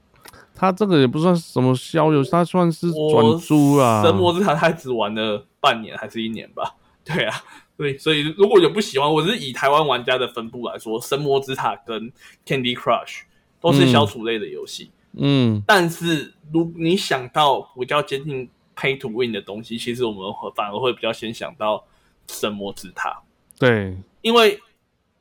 它这个也不算什么消游戏，它算是我转啊租啦。神魔之塔才只玩了半年还是一年吧？ [LAUGHS] 对啊，对，所以如果有不喜欢，我是以台湾玩家的分布来说，神魔之塔跟 Candy Crush 都是嗯消除类的游戏。嗯但是如你想到比较接近 pay to win 的东西，其实我们会反而会比较先想到神魔之塔，对，因为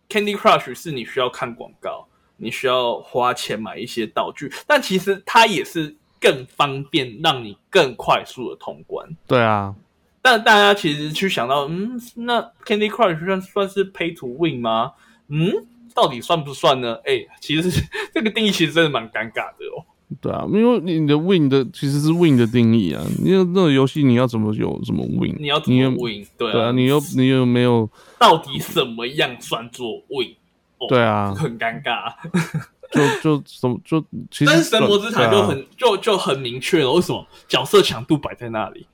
Candy Crush 是你需要看广告，你需要花钱买一些道具，但其实它也是更方便让你更快速的通关。对啊，但大家其实去想到，嗯，那 Candy Crush 算算是 pay to win 吗？嗯，到底算不算呢？哎、其实 [LAUGHS] 这个定义其实真的蛮尴尬的哦。对啊，因为你的 win 的其实是 win 的定义啊，你有那种游戏你要怎么有怎么 win，你要怎么又 win？对哦对啊，你又你又没有到底什么样算作 win？哦对啊，很尴尬。就就什么就其实但是神魔之塔对就啊很、就就很明确了，为什么角色强度摆在那里？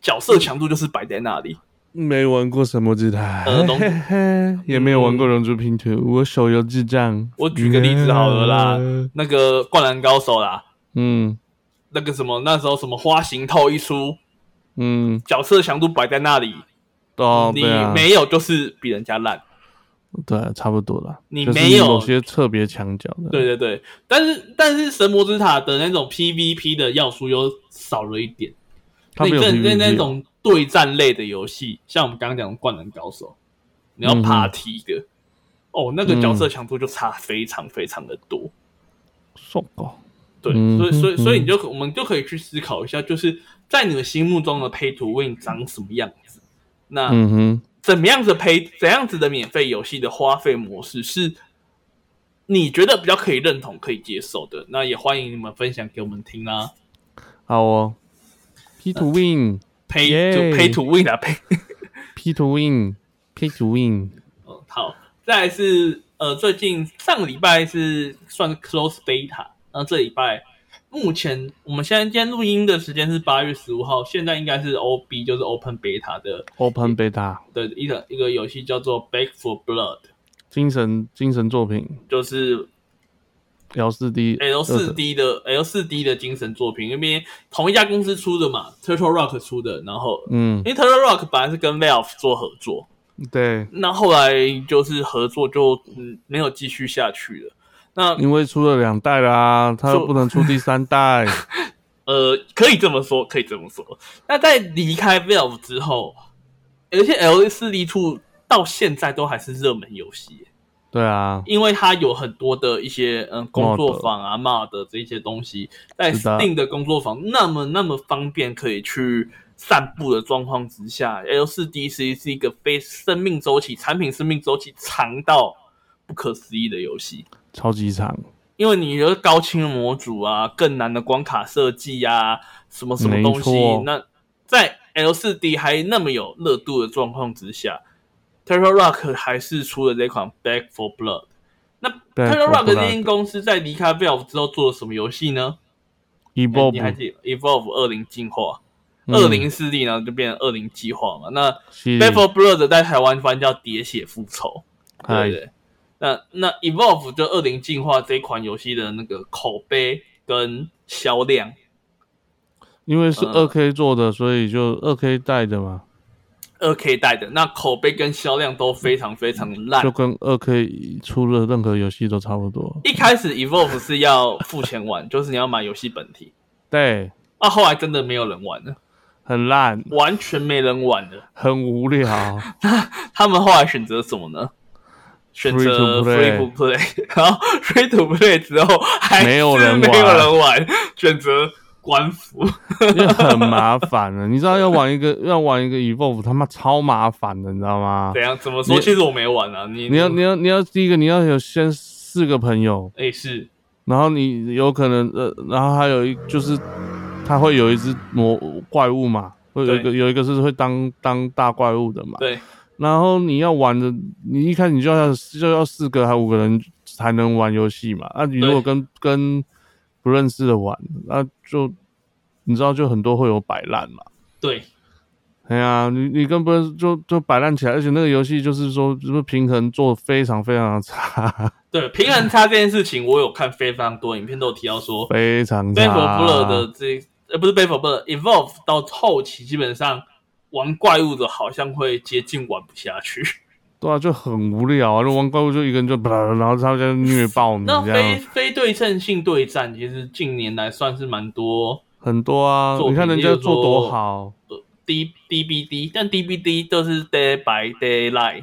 角色强度就是摆在那里，没玩过神魔之塔，呃龙嘿嘿 [LAUGHS] 也没有玩过龙珠拼图，我手游智障。我举个例子好了啦那个灌篮高手啦，嗯，那个什么那时候什么花形透一出，嗯，角色强度摆在那里，哦，你对啊，没有就是比人家烂。对啊，差不多啦。你就是没有某些特别强角的，对对对，但是但是神魔之塔的那种 PVP 的要素又少了一点。他你们有跟跟 PVP 那种对战类的游戏，像我们刚刚讲的《灌篮高手》，你要嗯哼爬梯的，哦，那个角嗯色强度就差非常非常的多。送哦，对，嗯所以所以哼哼所以你就可我们就可以去思考一下，就是在你的心目中的配图为你长什么样子。那嗯哼，怎么样子配怎样子的免费游戏的花费模式是你觉得比较可以认同、可以接受的？那也欢迎你们分享给我们听啊啦。好哦，P to Win，P pay 耶就 pay to win 啊，pay。 to Win，P to Win，哦，好，再来是呃，最近上个礼拜是算是 close beta，那这礼拜目前我们现在今天录音的时间是八月十五号，现在应该是 OB 就是 open beta 的 Open Beta 的一个一个游戏叫做 Back for Blood，精神精神作品就是 L 四 D L 嗯四 D 的 L 四 D 的精神作品，因为同一家公司出的嘛，Turtle Rock 出的，然后嗯因，为 Turtle Rock 本来是跟 Valve 做合作，对，那后来就是合作就嗯没有继续下去了。那因为出了两代啦，他又出不能出第三代，呃，可以这么说，可以这么说。那在离开 Valve 之后，而且 L E 四 D Two 到现在都还是热门游戏耶，对啊，因为它有很多的一些嗯工作坊啊、mod 这些东西，在是的 Steam 的工作坊那么那么方便可以去散步的状况之下，L 四 D 其实是一个非生命周期、产品生命周期长到不可思议的游戏。超级长，因为你有高清模组啊，更难的光卡设计啊，什么什么东西没错，那在 L 四 D 还那么有热度的状况之下，Terra Rock 还是出了这款 Back for Blood。那 Back Terra for Rock 这 Blood 间公司在离开 Valve 之后做了什么游戏呢？ e v 哎 o 你 v 还 e 记得 Evolve 二零进化，嗯二零四 D 呢就变成二零计划嘛？那 Back for Blood 在台湾翻叫喋血复仇。哎对不对？那那 Evolve 就二零进化这一款游戏的那个口碑跟销量，因为是嗯二 K 做的，所以就二 K 带的嘛，二 K 带的那口碑跟销量都非常非常烂就。跟二 K 出的任何游戏都差不 [LAUGHS] 多。一开始 Evolve 是要付钱玩， [LAUGHS] 就是你要买游戏本体，对，啊，后来真的没有人玩了，很烂，完全没人玩了。很无聊。他们后来选择什么呢？选择 Free to free play to play，然后 [LAUGHS] free to play 之后还是没有人玩没有人玩，选择 [LAUGHS] 官服。因为很麻烦啊的，你知道要玩一个要玩一个 evolve，他妈超麻烦的，你知道吗怎？样？怎么说？你其实我没玩啊。你你要你要你要第一个你要有先四个朋友，哎、是然后你有可能呃，然后还有一就是他会有一只魔怪物嘛，会有一个有一个是会当当大怪物的嘛，对。然后你要玩的，你一开始你就要就要四个还五个人才能玩游戏嘛，啊，你如果跟跟不认识的玩，那就你知道就很多会有摆烂嘛。对，哎呀，你你根本就就摆烂起来，而且那个游戏就是说，就是平衡做非常非常的差， [LAUGHS] 对，平衡差这件事情，我有看非常多影片都有提到说 b 非常 a 差。 f o b l o 的这呃不是 b a f o b l o Evolve 到后期基本上玩怪物的好像会接近玩不下去，对啊，就很无聊啊，就玩怪物就一个人就 [LAUGHS] 啪，然后他们就虐爆你那嗯这非样，非对称性对战其实近年来算是蛮多很多啊作，品你看人家做多好， D DBD，但 DBD 都是 Day by Daylight，Day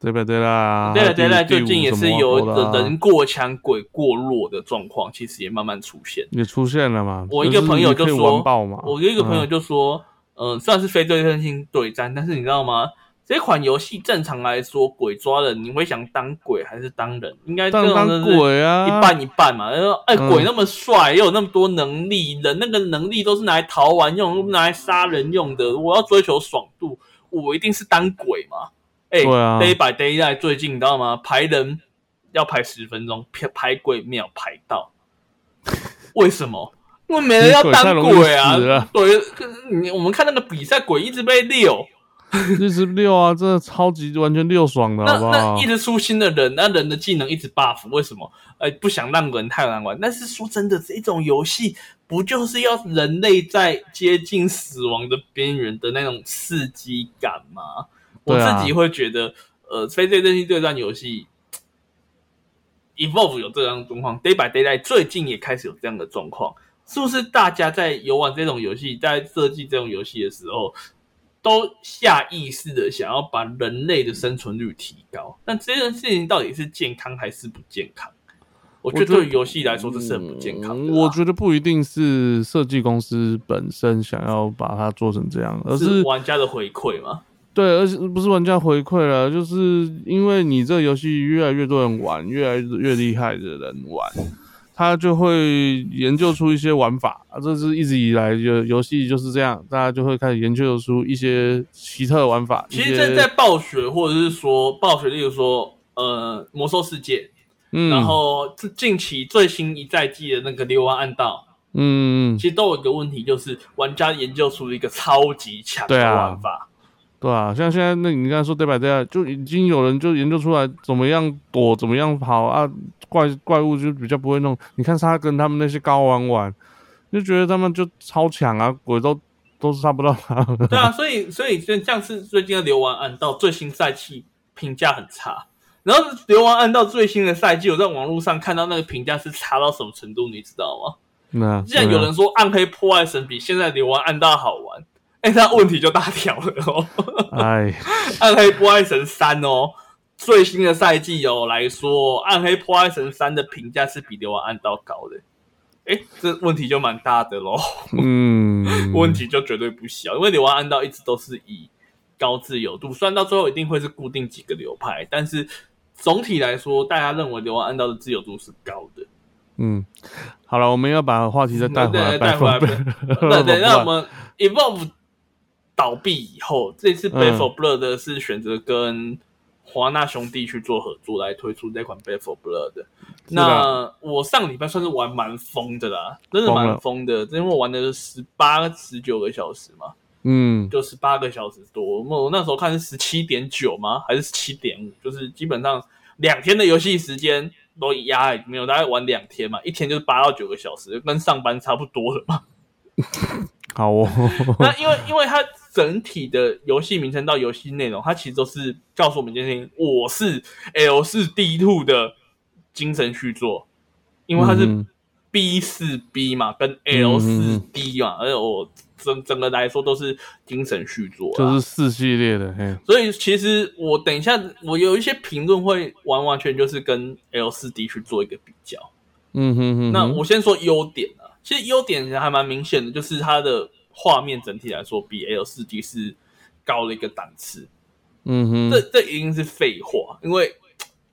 对吧？对啦， by Daylight 第最近也是有第五什么啊人过强鬼过弱的状况，其实也慢慢出现。也出现了嘛。我一个朋友就是你可以说玩爆嘛，我有一个朋友嗯就说，嗯、虽然是非对称性对战，但是你知道吗？这款游戏正常来说，鬼抓人，你会想当鬼还是当人？应该当正常当就是鬼啊，一半一半嘛。然后，哎，嗯鬼那么帅，又有那么多能力，人那个能力都是拿来逃玩用，又不是拿来杀人用的。我要追求爽度，我一定是当鬼嘛。哎、对啊 d a y by Day 在最近你知道吗？排人要排十分钟，排排鬼没有排 [LAUGHS] 到，为什么？因为没人要当你鬼鬼太啊容易死了！鬼，你我们看那个比赛，鬼一直被溜，一直六啊，真的超级完全六爽的，那好不那好一？直出新的人，那人的技能一直 buff，为什么？哎、不想让人太难玩。但是说真的，这种游戏不就是要人类在接近死亡的边缘的那种刺激感吗？我对啊自己会觉得，呃，非对称性对战游戏呃 Evolve 有这样的状况，Day by Daylight 最近也开始有这样的状况，是不是？大家在游玩这种游戏，在设计这种游戏的时候，都下意识的想要把人类的生存率提高，但这件事情到底是健康还是不健康？我觉得我觉得对于游戏来说，这是很不健康的啊嗯啦。我觉得不一定是设计公司本身想要把它做成这样，而是是玩家的回馈嘛？对，而且不是玩家回馈了，就是因为你这个游戏越来越多人玩，越来越厉害的人玩，他就会研究出一些玩法，啊这是一直以来游游戏就是这样，大家就会开始研究出一些奇特的玩法。其一实些在在暴雪，或者是说暴雪，例如说呃魔兽世界，嗯，然后这近期最新一代季的那个流亡暗道，嗯，嗯嗯其实都有一个问题，就是玩家研究出一个超级强的对啊玩法，对啊，像现在那你刚才说对白对啊，就已经有人就研究出来怎么样躲，怎么样跑啊，怪怪物就比较不会弄。你看沙跟他们那些高玩玩，就觉得他们就超强啊，鬼都都杀不到他们。对啊，所以所以就像是最近的流亡暗道最新赛季评价很差，然后流亡暗道最新的赛季，我在网络上看到那个评价是差到什么程度，你知道吗？ [LAUGHS] 那既然有人说暗黑破坏神比现在流亡暗道好玩，哎、那问题就大条了哦。哎，暗黑破坏神三哦，最新的赛季哦来说，暗黑破坏神三的评价是比流亡暗道高的。哎，这问题就蛮大的喽，嗯，问题就绝对不小，因为流亡暗道一直都是以高自由度，虽然到最后一定会是固定几个流派，但是总体来说，大家认为流亡暗道的自由度是高的。嗯，好了，我们要把话题再带回来，对带回来拜不拜 [LAUGHS] 那等 [LAUGHS] 让我们 Evolve 倒闭以后，这嗯次 Back for Blood 是选择跟华纳兄弟去做合作来推出这款 Back for Blood。是的那我上礼拜算是玩蛮疯的啦，真的蛮疯的，因为我玩的是十八十九个小时嘛，嗯，就十八个小时多。我那时候看是十七点九吗？还是十七点五？就是基本上两天的游戏时间都压没有，大概玩两天嘛，一天就是八到九个小时，跟上班差不多了嘛。好哦，那因为因为它整体的游戏名称到游戏内容，它其实都是告诉我们一件事情：我是 L 四 D two 的精神续作，因为它是嗯 B 四 B 嘛，跟嗯 L 嗯四嗯 D 嘛，而且我整整个来说都是精神续作啊 [LAUGHS] 啦，就是四系列的，嘿，所以其实我等一下我有一些评论会完完全就是跟 L 四 D 去做一个比较。嗯哼哼，那哼我先说优点啊，其实优点还蛮明显的，就是它的画面整体来说比 L 四 D 是高了一个档次。嗯哼，这这一定是废话，因为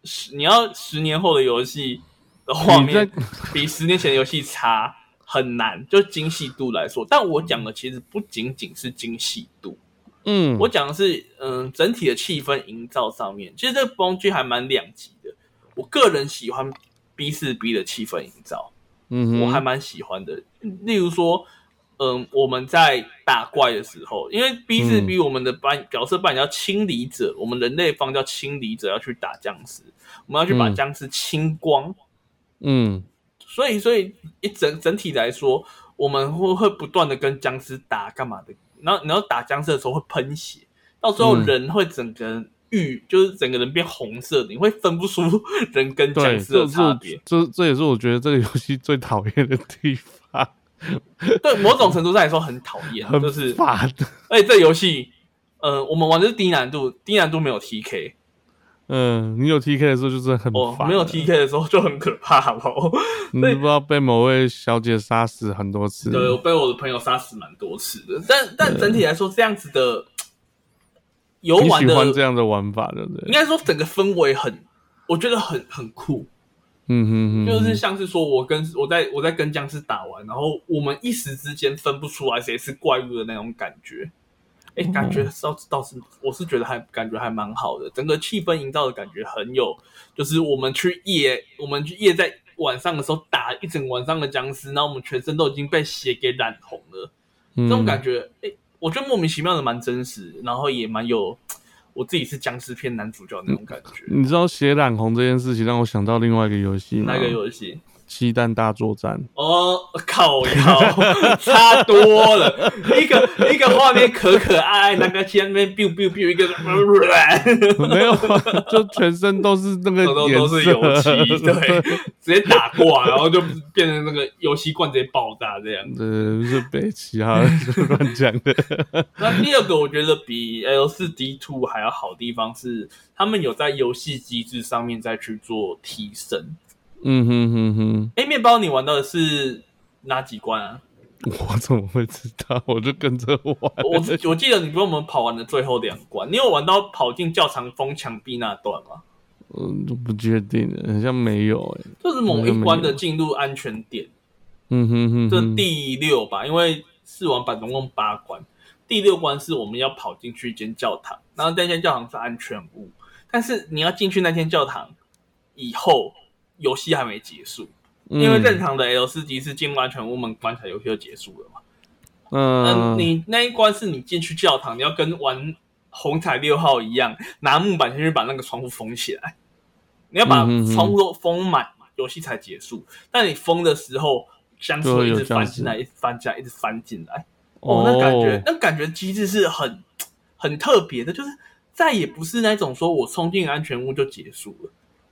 十你要十年后的游戏的画你在面 [LAUGHS] 比十年前的游戏差很难，就精细度来说。但我讲的其实不仅仅是精细度，嗯，我讲的是，嗯，整体的气氛营造上面，其实这个工具还蛮两极的。我个人喜欢 B 四 B 的气氛营造，嗯哼，我还蛮喜欢的。例如说，嗯，我们在打怪的时候，因为 B 四嗯 B 我们的扮角色扮演叫清理者，我们人类方叫清理者，要去打僵尸，我们要去把嗯僵尸清光。嗯所以，所以一整整体来说，我们会会不断的跟僵尸打干嘛的，然后然后打僵尸的时候会喷血，到最后嗯人会整个人愈、就是整个人变红色的，你会分不出 [LAUGHS] 人跟对，僵尸的这是我差别。这这也是我觉得这个游戏最讨厌的地方，对，某种程度上来说很讨厌，很就是烦。而且这游戏，呃，我们玩的是低难度，低难度没有 TK，嗯，你有 TK 的时候就是很哦，烦，没有 TK 的时候就很可怕 [LAUGHS] 喽。你都不知道被某位小姐杀死很多次。对，我被我的朋友杀死蛮多次的，但但整体来说，这样子的游你玩喜的欢这样的玩法，对不应对？该说整个氛围很，我觉得很很酷，嗯哼哼，就是像是说我跟我在我在跟僵尸打完，然后我们一时之间分不出来谁是怪物的那种感觉。哎、感觉倒是倒是，我是觉得还感觉还蛮好的，整个气氛营造的感觉很有，就是我们去夜，我们去夜在晚上的时候打一整晚上的僵尸，然后我们全身都已经被血给染红了，这这种感觉，哎、我觉得莫名其妙的蛮真实，然后也蛮有我自己是僵尸片男主角那种感觉。你知道血染红这件事情让我想到另外一个游戏吗？那个游戏？鸡蛋大作战， [LAUGHS] 哦，靠腰，差多了。 [LAUGHS] 一个一个画面可可爱爱，那个前面 biu biu biu，一个 [LAUGHS] 没有啊，就全身都是那个都都颜都色，是油漆， [LAUGHS] 对，直接打挂，然后就变成那个油漆罐直接爆炸这样。呃，是被其他人 [LAUGHS] 乱讲的。那第二个我觉得比 L 四 D two 还要好的地方是，他们有在游戏机制上面再去做提升。嗯哼哼哼，哎，面包你玩到的是哪几关啊？我怎么会知道？我就跟着玩。我只我记得你跟我们跑完的最后两关，你有玩到跑进教堂封墙壁那段吗？嗯，都不确定，好像没有哎、欸。就是某一关的进入安全点，嗯哼哼这哼，第六吧，因为试玩版总共八关，第六关是我们要跑进去一间教堂，然后那间教堂是安全屋，但是你要进去那间教堂以后，游戏还没结束，嗯因为正常的 L 四级是进入安全屋门关起来，游戏就结束了嘛。嗯嗯，你那一关是你进去教堂，你要跟玩红彩六号一样，拿木板先去把那个窗户封起来，你要把嗯嗯嗯窗户都封满嘛，游戏才结束。但你封的时候，僵尸就会会一有直翻僵尸进来，一直翻进来，一直翻进来。哦哦，那感觉那感觉机制是很很特别的，就是再也不是那种说我冲进安全屋就结束了。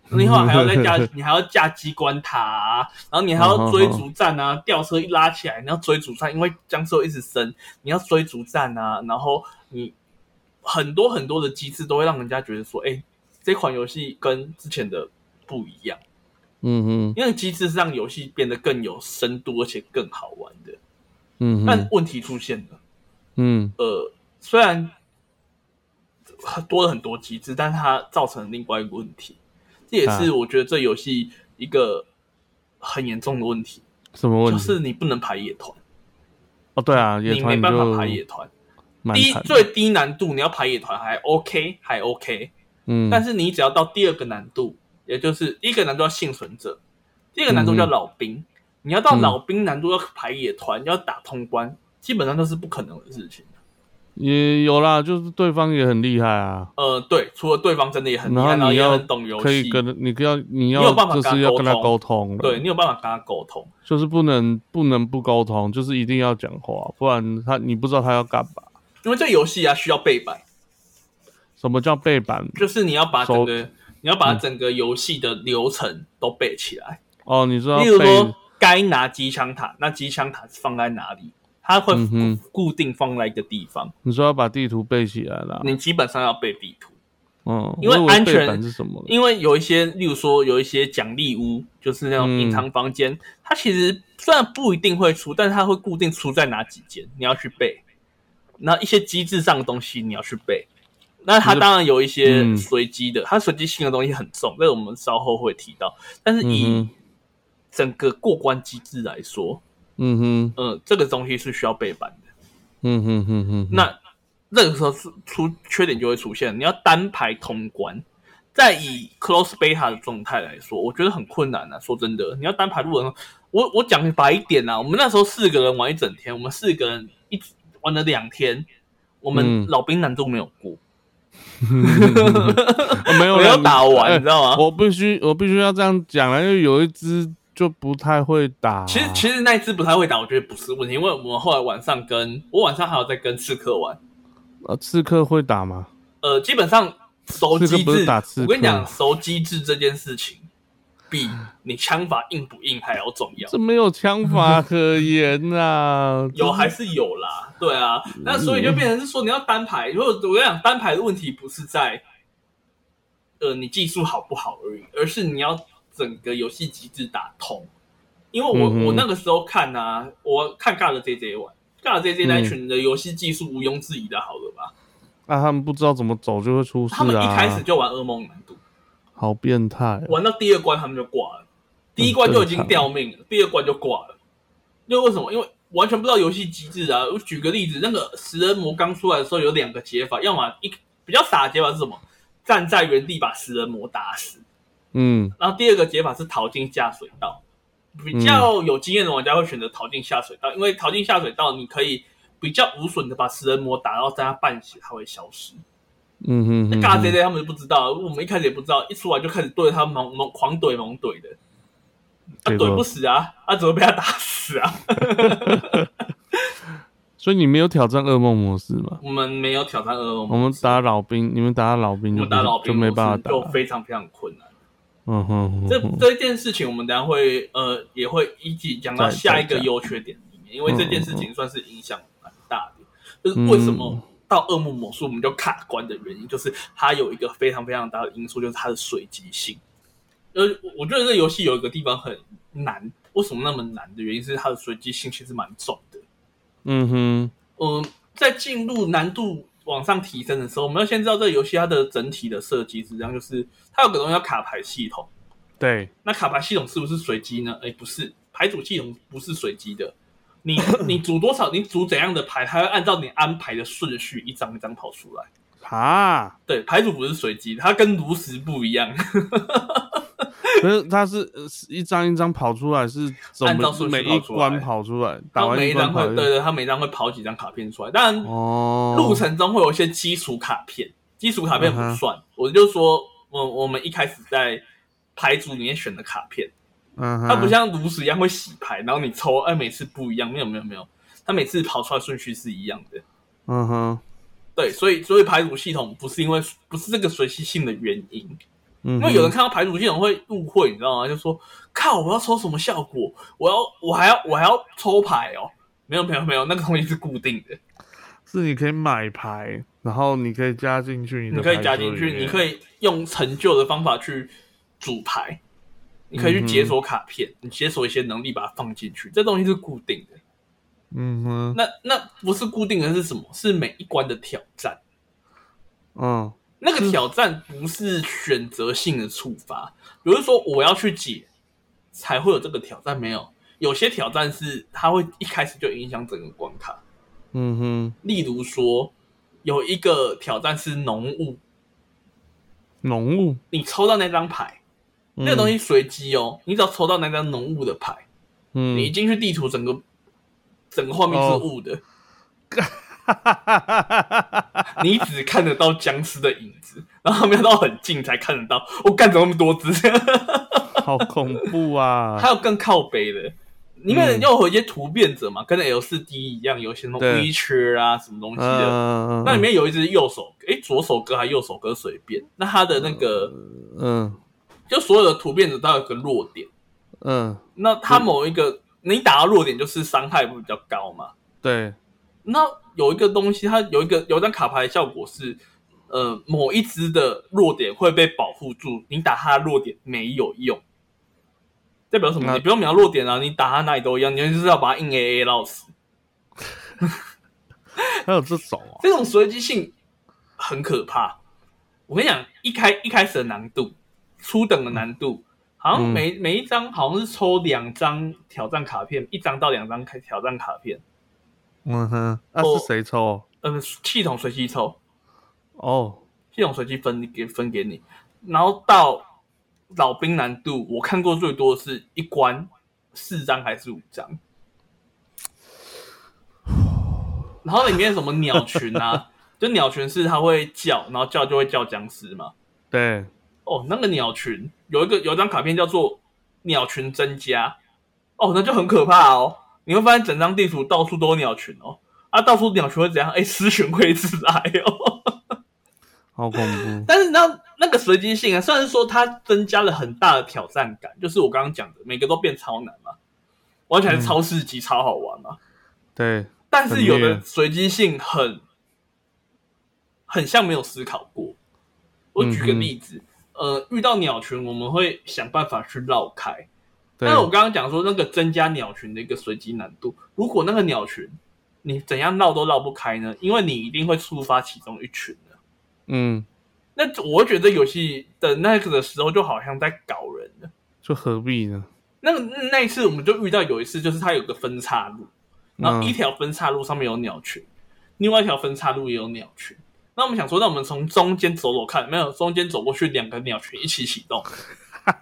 你后来还要再架，你还要架机关塔、啊，然后你还要追逐战啊，吊车一拉起来，你要追逐战，因为僵尸会一直升，你要追逐战啊，然后你很多很多的机制都会让人家觉得说，哎、这款游戏跟之前的不一样，嗯哼因为机制是让游戏变得更有深度，而且更好玩的。嗯但哼问题出现了。嗯呃，虽然多了很多机制，但它造成另外一个问题，这也是啊我觉得这游戏一个很严重的问题，什么问就题？是你不能排野团，哦，对啊，野你没团办就法排野团。蛮第一惨的最低难度你要排野团还 OK 还 OK，、嗯，但是你只要到第二个难度，也就是第一个难度叫幸存者，第二个难度叫嗯哼老兵，你要到嗯老兵难度要排野团要打通关，基本上都是不可能的事情。也有啦，就是对方也很厉害啊，呃，对，除了对方真的也很厉然后害，然后你也要很懂游可以戏，跟你要你你要有办法跟就他是要跟他沟沟通了，对你，有办法跟他沟通。就是不能不能不沟通，就是一定要讲话，不然他你不知道他要干嘛。因为这游戏啊需要背板，什么叫背板？就是你要把整手个你要把嗯整个游戏的流程都背起来。哦，你知道例如背说，该拿机枪塔，那机枪塔是放在哪里？它会嗯哼固定放在一个地方，你说要把地图背起来啦。你基本上要背地图。嗯，因为我以安背全板是什么呢？因为有一些，例如说有一些奖励屋，就是那种嗯隐藏房间，它其实虽然不一定会出，但是它会固定出在哪几间，你要去背。那一些机制上的东西你要去背。那它就是当然有一些嗯随机的，它随机性的东西很重，这个我们稍后会提到。但是以嗯哼整个过关机制来说，嗯哼，呃，这个东西是需要背板的。嗯哼哼哼，那这个时候出出缺点就会出现，你要单排通关。再以 close beta 的状态来说，我觉得很困难啊。说真的，你要单排路人，我我讲白一点啊，我们那时候四个人玩一整天，我们四个人一起玩了两天，我们嗯老兵难度没有过， [LAUGHS] 哦没有 [LAUGHS] 没有人打完，哎你知道吗？我必须我必须要这样讲了，因为有一只就不太会打。其实其实那一次不太会打，我觉得不是问题，因为我们后来晚上跟我晚上还有在跟刺客玩，呃，刺客会打吗？呃，基本上熟刺机客不制是打，刺客我跟你讲，熟机制这件事情比你枪法硬不硬还要重要这。没有枪法可言啊呐、 [LAUGHS] 有还是有啦，对啊，嗯那所以就变成是说你要单排。如果我跟你讲，单排的问题不是在，呃，你技术好不好而已，而是你要整个游戏机制打通。因为我、嗯哼我那个时候看啊，我看尬了 JJ 玩，尬了 JJ 嗯那一群的游戏技术毋庸置疑的好了吧？那啊他们不知道怎么走就会出事啊！他们一开始就玩噩梦难度，好变态哦、玩到第二关他们就挂了，第一关就已经掉命了，第二关就挂了。因为为什么？因为完全不知道游戏机制啊！我举个例子，那个食人魔刚出来的时候有两个解法，要么一比较傻的解法是什么？站在原地把食人魔打死，嗯然后第二个解法是逃进下水道。比较有经验的玩家会选择逃进下水道，因为逃进下水道你可以比较无损的把食人魔打到在他半血，他会消失。嗯哼那哼尬哼 J J 他们就不知道，我们一开始也不知道，一出来就开始对着他猛猛狂怼猛怼的。他嗯结怼不果，死啊，他只会被他打死啊。 [LAUGHS] 所以你没有挑战噩梦模式嘛？我们没有挑战恶我魔，们打老兵，你们打老兵我就们打老就兵没办法就打。非常非常困难。嗯哼，这嗯哼这件事情，我们等一下会呃也会一起讲到再下一个再讲优缺点里面，因为这件事情算是影响蛮大的，就是为什嗯么到恶魔魔术我们就卡关的原因，就是它有一个非常非常大的因素，就是它的随机性。呃，我觉得这游戏有一个地方很难，为什么那么难的原因是它的随机性其实蛮重的。嗯哼，嗯，在进入难度往上提升的时候，我们要先知道这个游戏它的整体的设计是这样，就是它有个东西叫卡牌系统。对，那卡牌系统是不是随机呢？哎，不是，牌组系统不是随机的。你你组多少，你组怎样的牌，它会按照你安排的顺序一张一张跑出来。啊，对，牌组不是随机，它跟炉石不一样。可是它是呃是一张一张跑出来，是怎按照么顺是序每一跑出来关跑出来，打它完每一关张会跑，对对，它每一张会跑几张卡片出来。当然，哦，路程中会有一些基础卡片，基础卡片不嗯哼算。我就说，我我们一开始在牌组里面选的卡片，嗯哼，它不像炉石一样会洗牌，然后你抽，哎，每次不一样。没有没有没有，它每次跑出来顺序是一样的。嗯哼，对，所以所以排除系统不是因为不是这个随机性的原因，因因为有人看到排除系统会误会，你知道吗？就说靠，我要抽什么效果？我要我还要我还要抽牌哦？没有没有没有，那个东西是固定的，是你可以买牌，然后你可以加进去你的，你可以加进去，你可以，以用成就的方法去组牌，你可以去解锁卡片，你解锁一些能力把它放进去，这东西是固定的。嗯哼，那那不是固定的是什么？是每一关的挑战。嗯那个挑战不是选择性的触发，比如说我要去解才会有这个挑战，没有。有些挑战是它会一开始就影响整个关卡，嗯哼，例如说有一个挑战是浓雾，浓雾你抽到那张牌，那个东，西随机哦，你只要抽到那张浓雾的牌，嗯哦你一，进去地图整个整个画面是雾的，你只看得到僵尸的影子，然后他们要到很近才看得到。我、干怎么那么多只？ [LAUGHS] 好恐怖啊！还有更靠北的，因为又有一些突变者嘛，跟 L 四 D 一样，有一些什么嗯对 Witcher 啊什么东西的。嗯，那里面有一只右手，诶，左手哥还右手哥随便。那他的那个，嗯就所有的突变者都有个弱点。嗯，那他某一个，你打到弱点就是伤害会比较高嘛。对，那有一个东西，它有一个有一张卡牌的效果是，呃，某一只的弱点会被保护住，你打它的弱点没有用。代表什么？那你不用瞄弱点啊，你打它哪里都一样，你就是要把它硬 A A 绕死。还有这种啊，这种哦随机性很可怕。我跟你讲，一开一开始的难度，初等的难度，好像每、每一张好像是抽两张挑战卡片，一张到两张开挑战卡片，嗯哼，哦那是谁抽？呃，系统随机抽。哦，系统随机分给分给你，然后到老兵难度，我看过最多的是一关四张还是五张，然后里面什么鸟群啊，就鸟群是它会叫，然后叫就会叫僵尸嘛。对，哦，那个鸟群有一个有一张卡片叫做鸟群增加，哦，那就很可怕哦。你会发现整张地图到处都有鸟群哦，啊，到处鸟群会怎样？哎，狮群会一直来哦。好恐 [LAUGHS] 怖，但是那那个随机性啊，虽然说它增加了很大的挑战感，就是我刚刚讲的，每个都变超难嘛，完全是超市级、超好玩嘛。对，但是有很的虐随机性很很像没有思考过。我举嗯个哼例子，呃，遇到鸟群，我们会想办法去绕开。对但，是我刚刚讲说那个增加鸟群的一个随机难度，如果那个鸟群你怎样绕都绕不开呢？因为你一定会触发其中一群的。嗯，那我觉得游戏的那个的时候，就好像在搞人了。就何必呢？那个那一次，我们就遇到有一次，就是它有个分岔路，然后一条分岔路上面有鸟群，另外一条分岔路也有鸟群。那我们想说，那我们从中间走走看，没有中间走过去，两个鸟群一起启动。 [LAUGHS]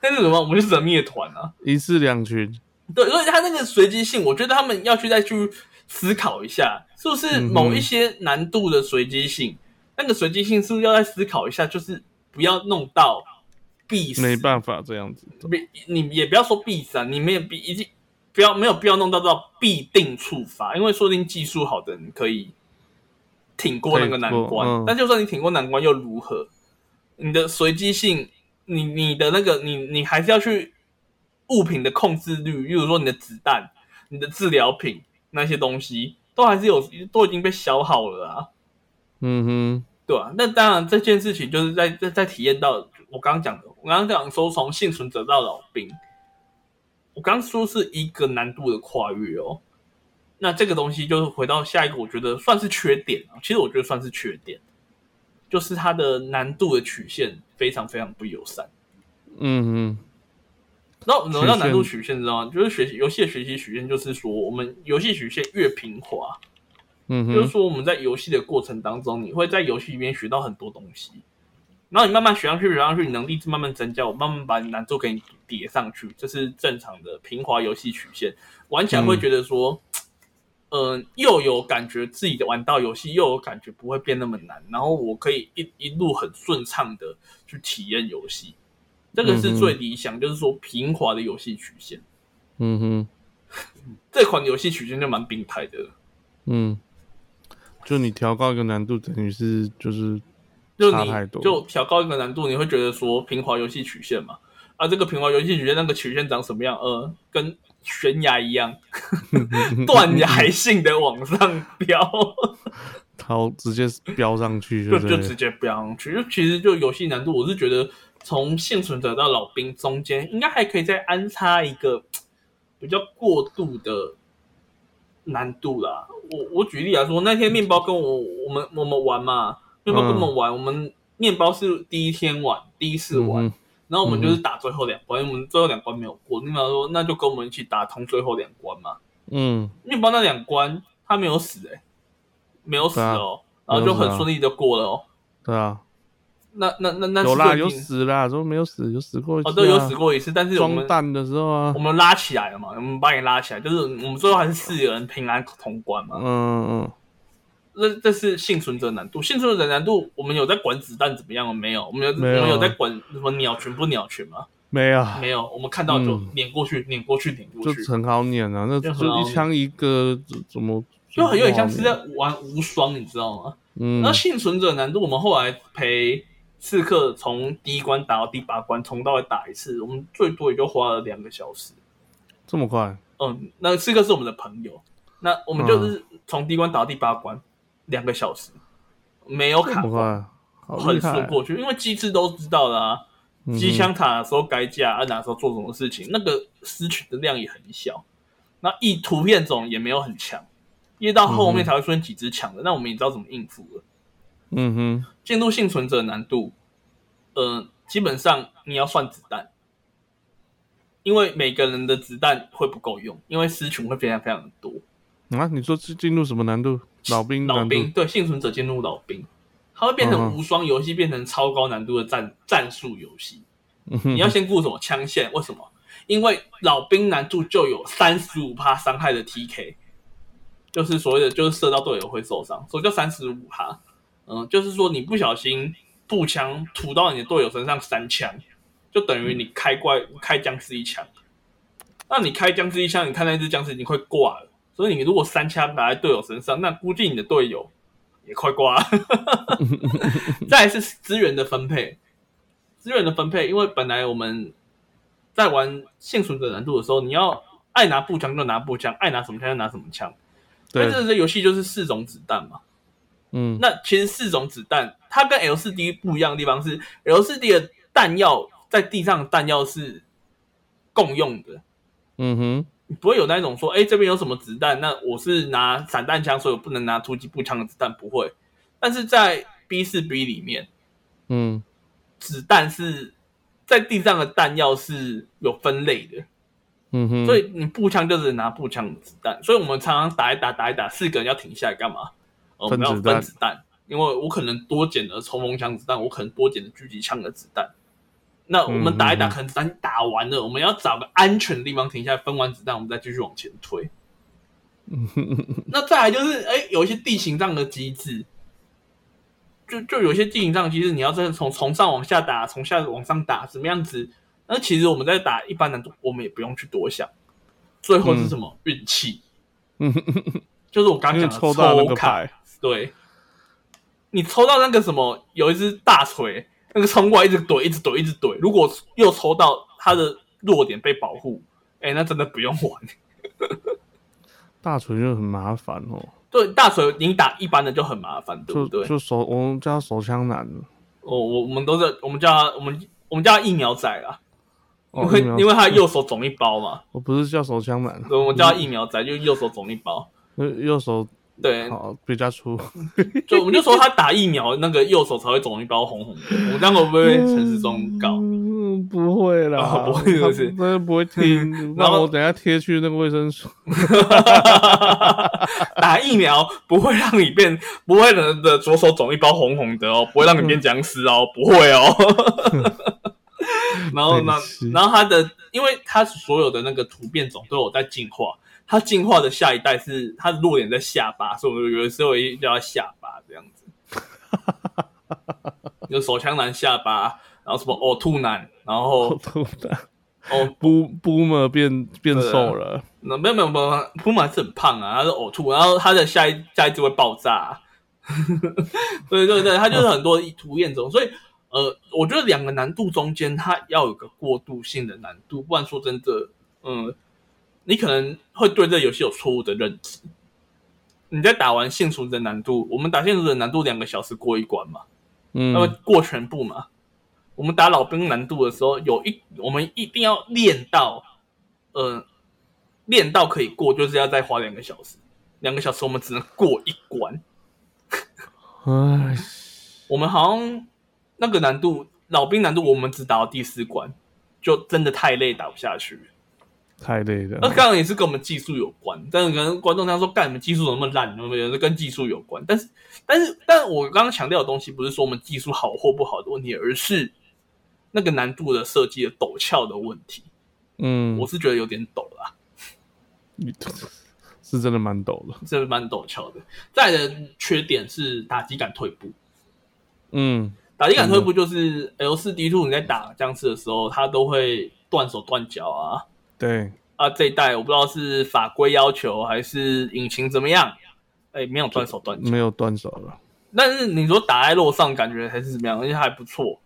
但是什么？我们就是人灭团啊！一次两群，对，所以他那个随机性，我觉得他们要去再去思考一下，是不嗯是某一些难度的随机性，那个随机性是不是要再思考一下，就是不要弄到必死没办法这样子。必你也不要说必死啊，你们也必一定不要没有必要弄到到必定触发，因为说不定技术好的你可以挺过那个难可以过关，嗯但就算你挺过难关又如何？你的随机性，你你的那个你你还是要去物品的控制率，例如说你的子弹、你的治疗品那些东西，都还是有都已经被消耗了啊。嗯对啊，那当然这件事情就是在在在体验到我刚刚讲的，我刚刚讲说从幸存者到老兵，我刚说是一个难度的跨越哦。那这个东西就是回到下一个，我觉得算是缺点啊，其实我觉得算是缺点，就是它的难度的曲线非常非常不友善。哼，嗯那我们怎么叫曲线难度曲线？你知道吗？就是学习游戏的学习曲线，就是说我们游戏曲线越平滑，哼，嗯就是哼，说我们在游戏的过程当中，你会在游戏里面学到很多东西，然后你慢慢学上去，学上去，你能力慢慢增加，我慢慢把你难度给你叠上去，这是正常的平滑游戏曲线。玩起来会觉得说，嗯、又有感觉自己的玩到游戏，又有感觉不会变那么难，然后我可以一一路很顺畅的去体验游戏，这个是最理想，就是说平滑的游戏曲线。嗯哼，这款游戏曲线就蛮病态的了。嗯，就你调高一个难度，等于是就是就差太你多就调高一个难度，你会觉得说平滑游戏曲线嘛？啊，这个平滑游戏曲线那个曲线长什么样？呃，跟悬崖一样， [LAUGHS] 断崖性的往上飙，好直接飙上去就就就对直了。接飙上去。就其实就游戏难度，我是觉得从幸存者到老兵中间，应该还可以再安插一个比较过度的难度啦。我我举例来说，那天面包跟我我们我们玩嘛，面包跟嗯我们玩，我们面包是第一天玩，第一次玩，嗯哼然后我们就是打最后两关，因为我们最后两关没有过。面包说那就跟我们一起打通最后两关嘛。嗯面包那两关他没有死哎、没有死哦，对啊然后就没有死很啊顺利的过了哦。对啊，那那那那是有啦，最有近死啦，说没有死，有死过一次、啊，哦，对，有死过一次，但是我装们弹的时候啊我，们拉起来了嘛，我们把你拉起来，就是我们最后还是四个人平安通关嘛。嗯嗯这这是幸存者难度，幸存者难度我们有在管子弹怎么样吗？没有，我们有没有啊我们有在管什么鸟群不鸟群吗？没有，没有，我们看到就嗯碾过去，碾过去，碾过就去，很好撵啊，那就就很好撵一枪一个，怎怎么就很有点像是在样。玩无双，你知道吗？啊嗯那幸存者难度，我们后来陪刺客从第一关打到第八关，从到尾打一次，我们最多也就花了两个小时。这么快，嗯，那四个是我们的朋友，那我们嗯就是从第一关打到第八关，两、个小时，没有这卡么关，快，好厉很害顺，过去，因为机制都知道啦、啊，嗯哼机枪塔哪时候改甲，啊哪时候做什么事情，那个失群的量也很小，那一图片种也没有很强，因为到后面才会出现几只强的，那我们也知道怎么应付了。嗯哼，进入幸存者难度，呃，基本上你要算子弹，因为每个人的子弹会不够用，因为失群会非常非常的多。啊，你说是进入什么难度？老兵老难度，兵对幸存者进入老兵，它会变成嗯无双游戏，变成超高难度的战战术游戏。嗯哼你要先顾什么枪线？为什么？因为老兵难度就有三十五趴伤害的 TK，就是所谓的就是射到队友会受伤，所以叫三十五趴。嗯，就是说你不小心步枪吐到你的队友身上三枪，就等于你开怪开僵尸一枪。那你开僵尸一枪，你看那只僵尸已经快挂了，所以你如果三枪打在队友身上，那估计你的队友也快挂 [LAUGHS] 了。 [LAUGHS] 再来是资源的分配，资源的分配，因为本来我们在玩幸存者难度的时候，你要爱拿步枪就拿步枪，爱拿什么枪就拿什么枪。但对，是这游戏就是四种子弹嘛，嗯，那其实四种子弹，它跟 L 四 D 不一样的地方是，L 四 D 的弹药在地上的弹药是共用的，嗯哼，你不会有那种说，哎、这边有什么子弹，那我是拿散弹枪，所以我不能拿突击步枪的子弹，不会。但是在 B 四 B 里面，嗯子弹是在地上的弹药是有分类的，嗯哼，所以你步枪就是拿步枪的子弹，所以我们常常打一打打一打，四个人要停下来干嘛？呃我们分要子分弹子弹，因为我可能多捡了冲锋枪子弹，我可能多捡了狙击枪的子弹。那我们打一嗯嗯打，嗯可能子弹打完了，我们要找个安全的地方停下来，分完子弹，我们再继续往前推。 [LAUGHS] 那再来就是，哎、有一些地形上的机制，就就有些电影上，其实你要真的从从上往下打，从下往上打，怎么样子？那其实我们在打一般难度，我们也不用去多想。最后是什么运气？嗯， [LAUGHS] 就是我刚因为讲的抽到那个卡，牌，对，你抽到那个什么，有一只大锤，那个冲过来一直怼，一直怼，一直怼。如果又抽到它的弱点被保护，哎、那真的不用玩。大锤就很麻烦哦，对，大锤你打一般的就很麻烦，对不就对？就手我们叫手枪男我我我们都是我们叫他我们我们叫他疫苗仔啊啦，哦因为疫苗嗯因为他右手肿一包嘛，我不是叫手枪男，所以我嗯们叫他疫苗仔，就右手肿一包。右右手对，好比较粗，就我们就说他打疫苗那个右手才会肿一包红红的，我们这样会不会被陈时中搞？嗯，不会啦，哦不会是不是他他不会 [LAUGHS] 听，然那后我等一下贴去那个卫生所， [LAUGHS] 打疫苗不会让你变，不会让你的左手肿一包红红的哦，不会让你变嗯僵尸哦，不 [LAUGHS] 会哦。然后呢对是，然后它的，因为它所有的那个突变种都有在进化，它进化的下一代是它的弱点在下巴，所以我们有的时候也叫它下巴这样 [LAUGHS] 子。有手枪男下巴，然后什么呕吐男，然后 [LAUGHS] 我都打 [LAUGHS] 哦，布布嘛变变对啊瘦了，那没有没有没有，普马是很胖啊，他是呕吐，然后他的下一下一只会爆炸、啊 [LAUGHS] 对对对，他就是很多图验中，所以呃，我觉得两个难度中间，它要有个过渡性的难度，不然说真的，嗯，你可能会对这游戏有错误的认知。你在打完限速的难度，我们打限速的难度两个小时过一关嘛，嗯那，么过全部嘛。我们打老兵难度的时候，有一我们一定要练到，呃，练到可以过，就是要再花两个小时。两个小时我们只能过一关。唉，我们好像那个难度，老兵难度，我们只打到第四关，就真的太累，打不下去了。太累那了，当然也是跟我们技术有关，但是可能观众他说干你们技术怎么那么烂，你们也是跟技术有关。但是，但是，但我刚刚强调的东西不是说我们技术好或不好的问题，而是那个难度的设计的陡峭的问题。嗯，我是觉得有点陡啦， [LAUGHS] 是真的蛮陡的，这蛮陡峭的。再来的缺点是打击感退步，嗯，打击感退步就是 L 四 D two 你在打僵尸的时候，它都会断手断脚啊对，啊！这一代我不知道是法规要求还是引擎怎么样，哎，没有断手断脚。没有断手了，但是你说打在路上感觉还是怎么样，而且还不错。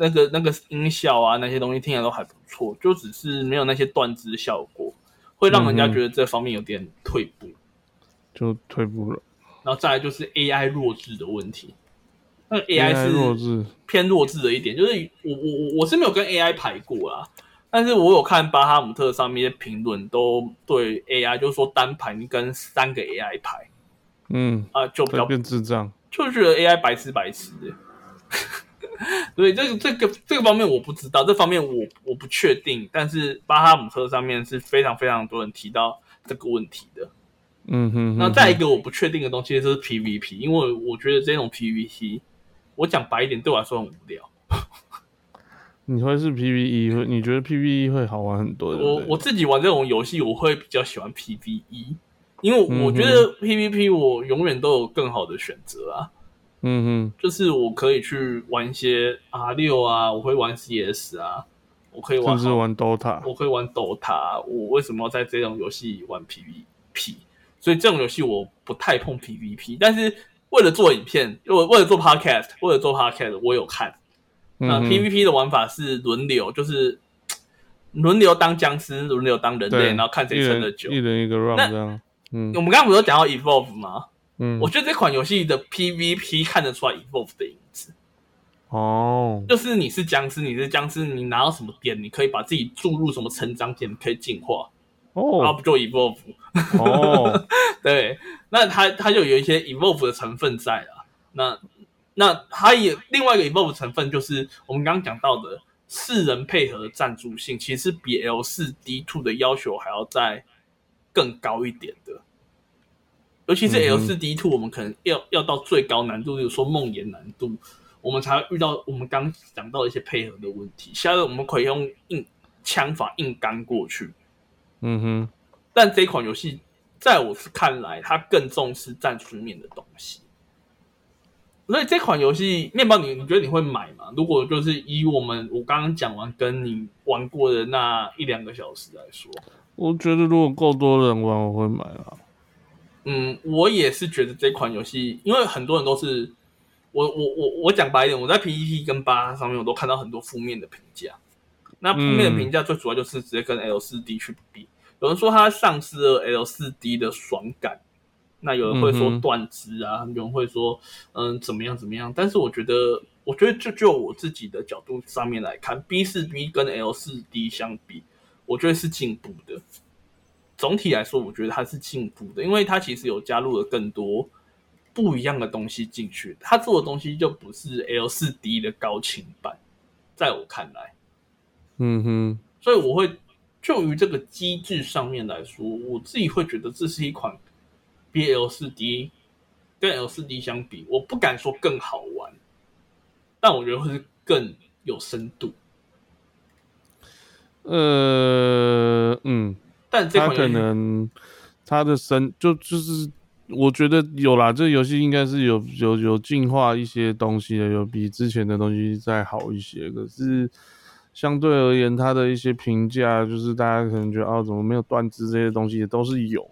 那个那个音效啊，那些东西听起来都还不错，就只是没有那些断肢效果，会让人家嗯哼觉得这方面有点退步。就退步了。然后再来就是 AI 弱智的问题，那 AI 是弱智，偏弱智的一点，就是我我我我是没有跟 AI 排过啊，但是我有看巴哈姆特上面的评论，都对 AI 就是说单排你跟三个 AI 排嗯，啊，就比对，较变智障，就觉得 AI 白痴白痴的。 [LAUGHS] 对，这个这个这个方面我不知道，这方面我我不确定。但是巴哈姆特上面是非常非常多人提到这个问题的。嗯哼哼，那再一个我不确定的东西就是 PVP，因为我觉得这种 PVP，我讲白一点，对我来说很无聊。你会是 PVE，会你觉得 PVE 会好玩很多？对不我对我自己玩这种游戏，我会比较喜欢 PVE，因为我嗯哼觉得 PVP 我永远都有更好的选择啊。嗯就是我可以去玩一些 R 六啊，我会玩 CS 啊，我可以哼，玩甚至玩 DOTA，我可以玩 DOTA，我啊为什么要在这种游戏玩 PVP？所以这种游戏我不太碰 PVP，但是为了做影片，为为了做 Podcast，为了做 Podcast，我有看。那嗯哼 PVP 的玩法是轮流，就是嘖轮流当僵尸，轮流当人类，对，然后看谁一撑人得久一。人一个 round 那这样，嗯我们刚刚不是有讲到 Evolve 吗？嗯，我觉得这款游戏的 PVP 看得出来 Evolve 的影子。哦，就是你是僵尸，你是僵尸，你拿到什么点，你可以把自己注入什么成长点，可以进化，然后哦不就 evolve？哦， [LAUGHS] 对，那它它就有一些 evolve 的成分在了。那那它也另外一个 evolve 成分就是我们刚刚讲到的四人配合的战术性，其实比 L 四 D two 的要求还要再更高一点的。尤其是嗯 L 哼四 D two，我们可能要要到最高难度，比如说梦魇难度，我们才会遇到我们刚讲到的一些配合的问题。下个我们可以用硬枪法硬刚过去，嗯哼，但这款游戏在我看来，它更重视战术面的东西。所以这款游戏《面包你》，你觉得你会买吗？如果就是以我们我刚刚讲完跟你玩过的那一两个小时来说，我觉得如果够多人玩，我会买啊。嗯，我也是觉得这款游戏，因为很多人都是我我我我讲白一点，我在 PPT 跟八上面我都看到很多负面的评价。那负面的评价最主要就是直接跟 L 四 D 去比，有人说它丧失了 L 四 D 的爽感，那有人会说嗯哼断肢啊，有人会说嗯怎么样怎么样，但是我觉得，我觉得就就我自己的角度上面来看，B 四 B 跟 L 四 D 相比，我觉得是进步的。总体来说，我觉得它是进步的，因为它其实有加入了更多不一样的东西进去。它做的东西就不是 L 四 D 的高清版，在我看来，嗯哼，所以我会就于这个机制上面来说，我自己会觉得这是一款 B L 四 D 跟 L 四 D 相比，我不敢说更好玩，但我觉得会是更有深度。呃，嗯，但这他款游可戏能他的深就就是，我觉得有啦，这游戏应该是有有有进化一些东西的，有比之前的东西再好一些。可是相对而言，它的一些评价就是大家可能觉得哦，怎么没有断肢这些东西也都是有。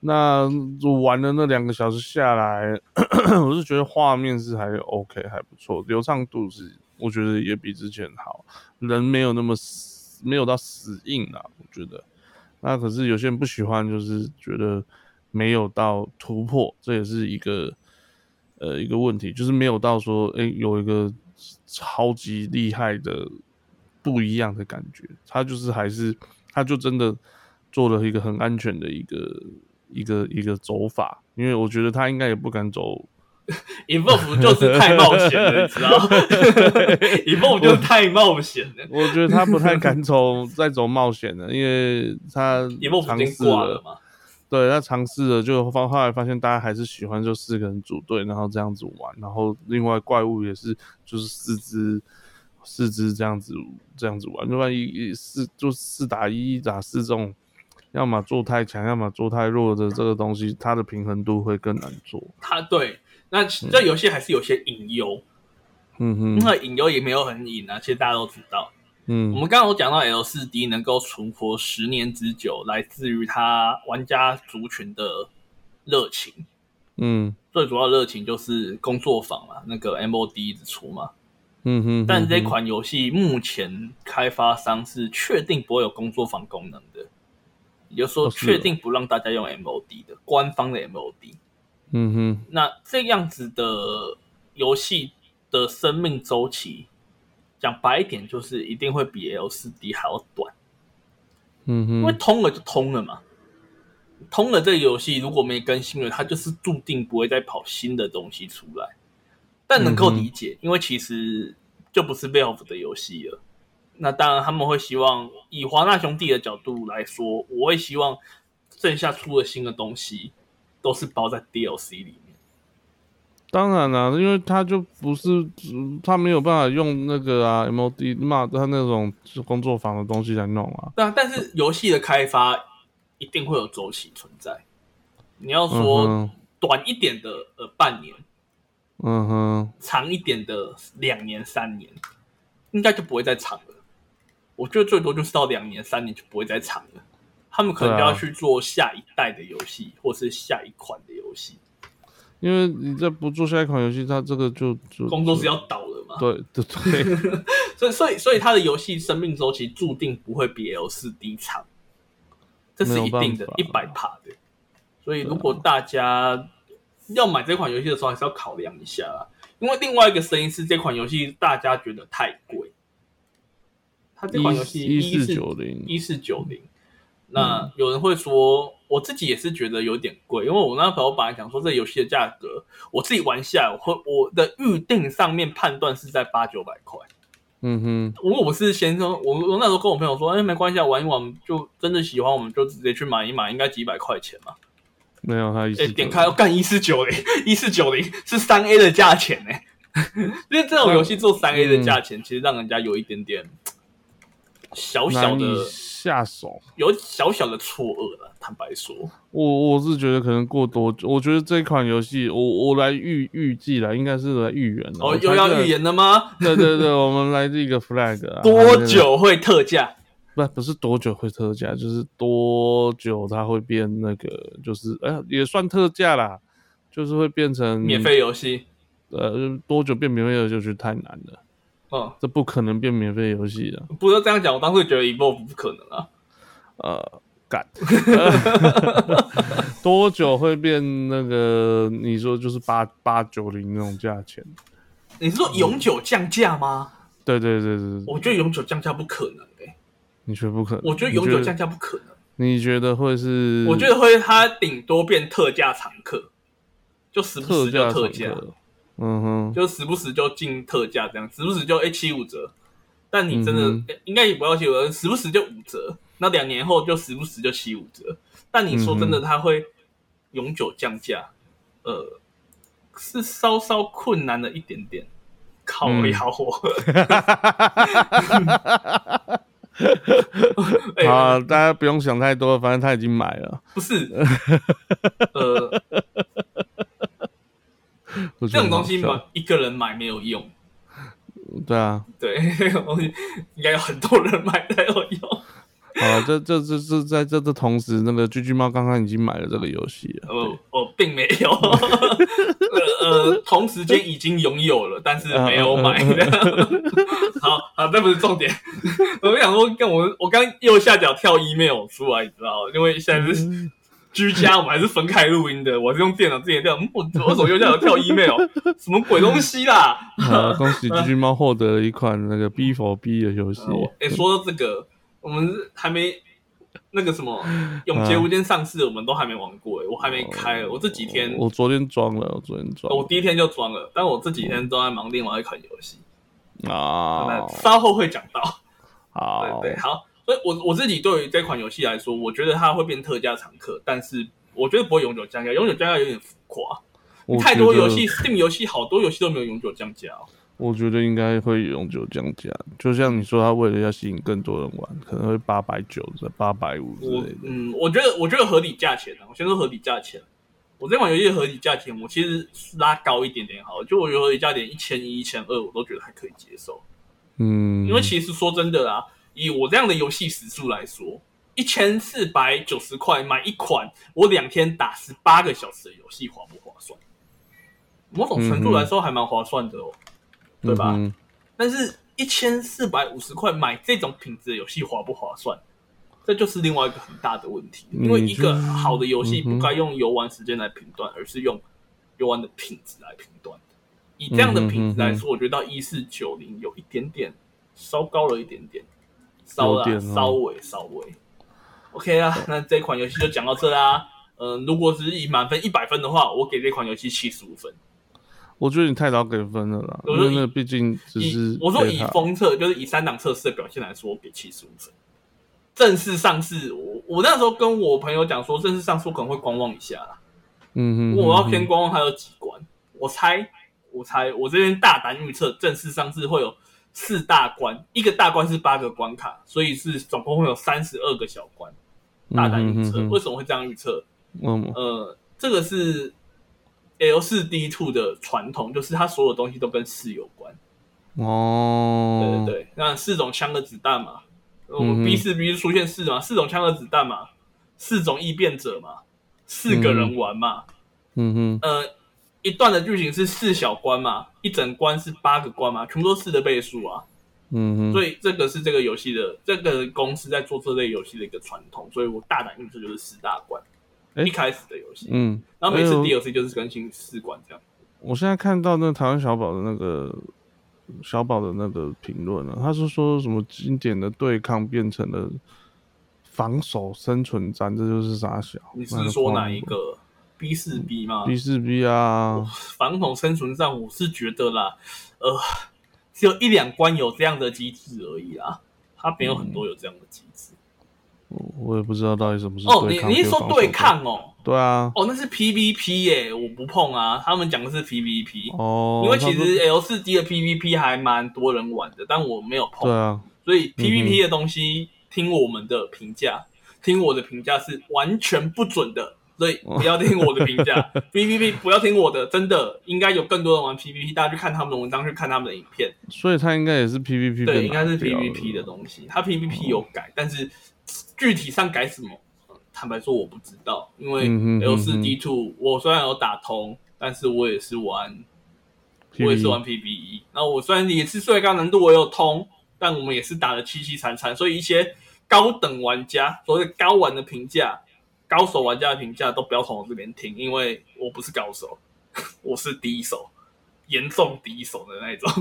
那我玩了那两个小时下来， [COUGHS] 我是觉得画面是还 OK，还不错，流畅度是我觉得也比之前好，人没有那么死，没有到死硬啊，我觉得。那可是有些人不喜欢，就是觉得没有到突破，这也是一个呃一个问题，就是没有到说，诶有一个超级厉害的不一样的感觉。他就是还是，他就真的做了一个很安全的一个一个一个走法，因为我觉得他应该也不敢走 Evolve 就是太冒险了，你 [LAUGHS] 知道？Evolve 就是太冒险了我觉得他不太敢走再走冒险了，因为他尝，Evolve 已经啊试挂了了，嘛。对他尝试了，就发后来发现大家还是喜欢就四个人组队，然后这样子玩，然后另外怪物也是就是四只四只这样子这样子玩，要不然一一四就四打一一打四这种，要么做太强，要么做太弱的这个东西，它的平衡度会更难做。它对，那这游戏还是有些隐忧，嗯哼，那隐忧也没有很隐啊，其实大家都知道。我嗯们刚刚有讲到 L 四 D 能够存活十年之久，来自于它玩家族群的热情。嗯最主要的热情就是工作坊嘛，那个 MOD 一直出嘛。嗯哼，但这款游戏目前开发商是确定不会有工作坊功能的，也就是说哦是哦确定不让大家用 MOD 的官方的 MOD。嗯哼，那这样子的游戏的生命周期，讲白一点就是一定会比 L 四 D 还要短。嗯因为哼，通了就通了嘛。通了这个游戏，如果没更新了，它就是注定不会再跑新的东西出来。但能够理嗯解，因为其实就不是 Valve 的游戏了。那当然，他们会希望以华纳兄弟的角度来说，我会希望剩下出的新的东西都是包在 DLC 里面。当然啦、因为他就不是嗯他没有办法用那个啊 MOD 骂他那种工作坊的东西来弄啊。那但是游戏的开发一定会有周期存在。你要说嗯哼，短一点的，呃，半年，嗯哼，长一点的两年三年，应该就不会再长了。我觉得最多就是到两年三年就不会再长了。他们可能就对啊要去做下一代的游戏，或是下一款的游戏。因为你再不做下一款游戏，他这个就就工作室啊要倒了嘛，对对对，所以所以所以它的游戏生命周期注定不会比 L 四 D 长，这是一定的没，一有百办啊帕的。所以如果大家要买这款游戏的时候，还是要考量一下啦。因为另外一个声音是这款游戏大家觉得太贵，它 [LAUGHS] 这款游戏一一四是九零，嗯一四九零。那有人会说，我自己也是觉得有点贵，因为我那时候本来想说这游戏的价格，我自己玩下来，我会我的预定上面判断是在八九百块。嗯哼，如果我是先说，我我那时候跟我朋友说，哎、没关系啊，玩一玩，就真的喜欢，我们就直接去买一买，应该几百块钱嘛。没有他一哎、四点开要干一四九零，一四九零是三 A 的价钱呢、 [LAUGHS] 因为这嗯种游戏做三 A 的价钱，其实让人家有一点点小小难的以下手。有小小的错愕了，坦白说，我我是觉得可能过多，我觉得这款游戏，我我来预预计了，应该是来预言啦哦，又要预。言了吗？我 [LAUGHS] 猜这个对对对，我们来这个 flag 啊。它那多个？久会特价？不不是多久会特价，就是多久它会变那个，就是哎、也算特价啦，就是会变成免。费游戏？呃，多久变免费游戏就太难了，嗯，这不可能变免费游戏的。不是这样讲，我当时觉得 Evolve 不可能啊。呃，干，多久会变那个？你说就是八八九零那种价钱？你是说永久降价吗？对对对对，对我觉得永久降价不可能欸你诶、觉得嗯不可能？我觉得你永久降价不可能。你觉得会是？我觉得会，它顶多变特价常客，就时不特时就价特场价，合嗯哼，就时不时就进特价这样，时不时就哎七五折。但你真的、嗯诶应该也不要七五折，时不时就五折。那两年后就时不时就七五折。但你说真的，嗯它会永久降价，呃，是稍稍困难了一点点。靠嗯腰哦 [LAUGHS] 我， [LAUGHS] 哎、啊，大家不用想太多，反正他已经买了。不是，呃，这这种东西嘛，一个人买没有用。对啊，对，这种东西应该有很多人买才有用。好了，这这这这在这这同时，那个巨巨猫刚刚已经买了这个游戏了。我我并没有，呃呃，同时间已经拥有了，但是没有买的。 [LAUGHS] 好好，这不是重点。 [LAUGHS] 我想说，跟我我刚右下角跳 email 出来，你知道吗，因为现在是居家，我们还是分开录音的。我是用电脑自己的电脑，嗯我我手右下角跳 email，什么鬼东西啦？ [LAUGHS] 好，啊恭喜巨巨猫获得了一款那个 B for B 的游戏。哎、我诶说到这个，我们是还没那个什么《永嗯劫无间》上市，我们都还没玩过、诶我还没开。我这几天我我昨天装了，我昨天装我第一天就装了，但我这几天都在忙另外一款游戏，那啊，稍后会讲到。好，对对，好，所以我我自己对于这款游戏来说，我觉得它会变特价常客，但是我觉得不会永久降价，永久降价有点浮夸。我太多觉得游戏，Steam 游戏好多游戏都没有永久降价、哦。我觉得应该会永久降价，就像你说，他为了要吸引更多人玩，可能会八百九、八百五之我类的。嗯，我觉得我觉得合理价钱啊，我先说合理价钱。我这款游戏的合理价钱，我其实拉高一点点好了，就我觉得合理价钱一千一、一千二，我都觉得还可以接受。嗯，因为其实说真的啦，以我这样的游戏时数来说，一千四百九十块买一款我两天打十八个小时的游戏，划不划算？某种程度来说还蛮划算的哦，对吧？嗯但是一千四百五十块买这种品质的游戏划不划算？这就是另外一个很大的问题，嗯因为一个就是好的游戏嗯哼不该用游玩时间来评断，而是用游玩的品质来评断。以这样的品质来说，我觉得到一四九零有一点点稍高了一点点，稍有啦，点哦稍微稍微。OK 啦，那这款游戏就讲到这啦。嗯、如果只是以满分一百分的话，我给这款游戏七十五分。我觉得你太早给分了啦，我因说为以那毕竟只以是我说以 beta 封测，就是以三档测试的表现来说，我给七十五分。正式上市，我我那时候跟我朋友讲说，正式上市我可能会观望一下啦，嗯哼，因为我要先偏观望它有几关。我猜，我猜，我这边大胆预测，正式上市会有四大关，一个大关是八个关卡，所以是总共会有三十二个小关。大胆预测，为什么会这样预测？嗯呃，这个是 L 四 D two 的传统，就是它所有东西都跟四有关。对哦，对对，那四种枪的子弹嘛，我嗯哼 B 四 B 出现四嘛，四种枪的子弹嘛，四种异变者嘛，四个人玩嘛，嗯呃，一段的剧情是四小关嘛，一整关是八个关嘛，全部都四的倍数啊，哼，嗯哼，所以这个是这个游戏的这个公司在做这类游戏的一个传统，所以我大胆预测就是四大关，诶一开始的游戏，嗯，然后每次哎呦 DLC 就是更新四关这样。我现在看到那台湾小宝的那个小宝的那个评论了，他是说什么经典的对抗变成了防守生存战，这就是傻小。你是说哪一个 B 四 B 吗？ ？B 四 B 啊，反恐生存战，我是觉得啦，呃，只有一两关有这样的机制而已啦，它没有很嗯多有这样的机制。我我也不知道到底什么是哦，对你抗。你是说对抗？抗哦？对啊，哦，那是 PVP 耶、我不碰啊。他们讲的是 PVP，、哦，因为其他实说 L 四 D 的 PVP 还蛮多人玩的，但我没有碰对，啊，所以 PVP 的东西听我们的评价，听我的评价是完全不准的，所以不要听我的评价。P 哦 [LAUGHS] P P 不要听我的，真的应该有更多人玩 P P P，大家去看他们的文章，去看他们的影片。所以他应该也是 PVP 对，变应该是拿掉了 PVP 的东西，它 PVP 哦有改，但是具体上改什么，呃坦白说我不知道，因为嗯哼 L 四 D two 我虽然有打通，但是我也是玩， PVE 我也是玩 PVE，然后我虽然也是最高难度我有通，但我们也是打的凄凄惨惨，所以一些高等玩家，所谓的高玩的评价。高手玩家的评价都不要从我这边听，因为我不是高手， [LAUGHS] 我是低手，严重低手的那一种。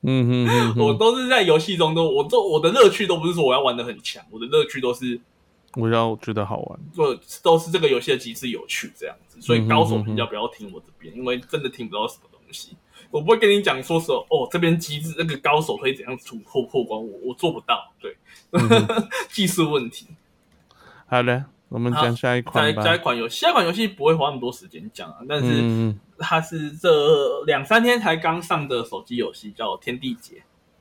[LAUGHS] 嗯哼哼我哼，都是在游戏中都，我都我的乐趣都不是说我要玩的很强，我的乐趣都是我要觉得好玩，做都是这个游戏的机制有趣这样子，嗯所以哼高手嗯哼评价不要听我这嗯边，因为真的听不到什么东西。我不会跟你讲说什么哦，这边机制那个高手可以怎样突破破关，我我做不到，对，嗯 [LAUGHS] 技术问题。好嘞，我们好讲下一下款一吧。下一款游戏，下一款游戏不会花那么多时间讲啊，但是嗯，它是这两三天才刚上的手机游戏，叫《天地劫》。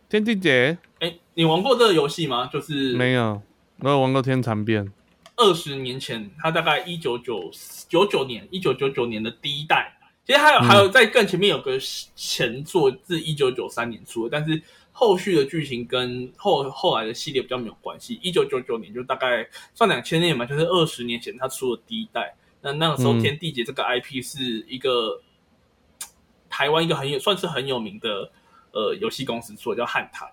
天地姐哎，你玩过这个游戏吗？就是没有，我有玩过天蚕变。二十年前，它大概一九九九九年，一九九九年的第一代。其实还有、嗯还有在更前面有个前作，自一九九三年出的，但是后续的剧情跟后后来的系列比较没有关系。一九九九年就大概算两千年嘛，就是二十年前它出的第一代。那那个时候嗯《天地劫》这个 IP 是一个台湾一个很有算是很有名的呃游戏公司做，叫汉唐。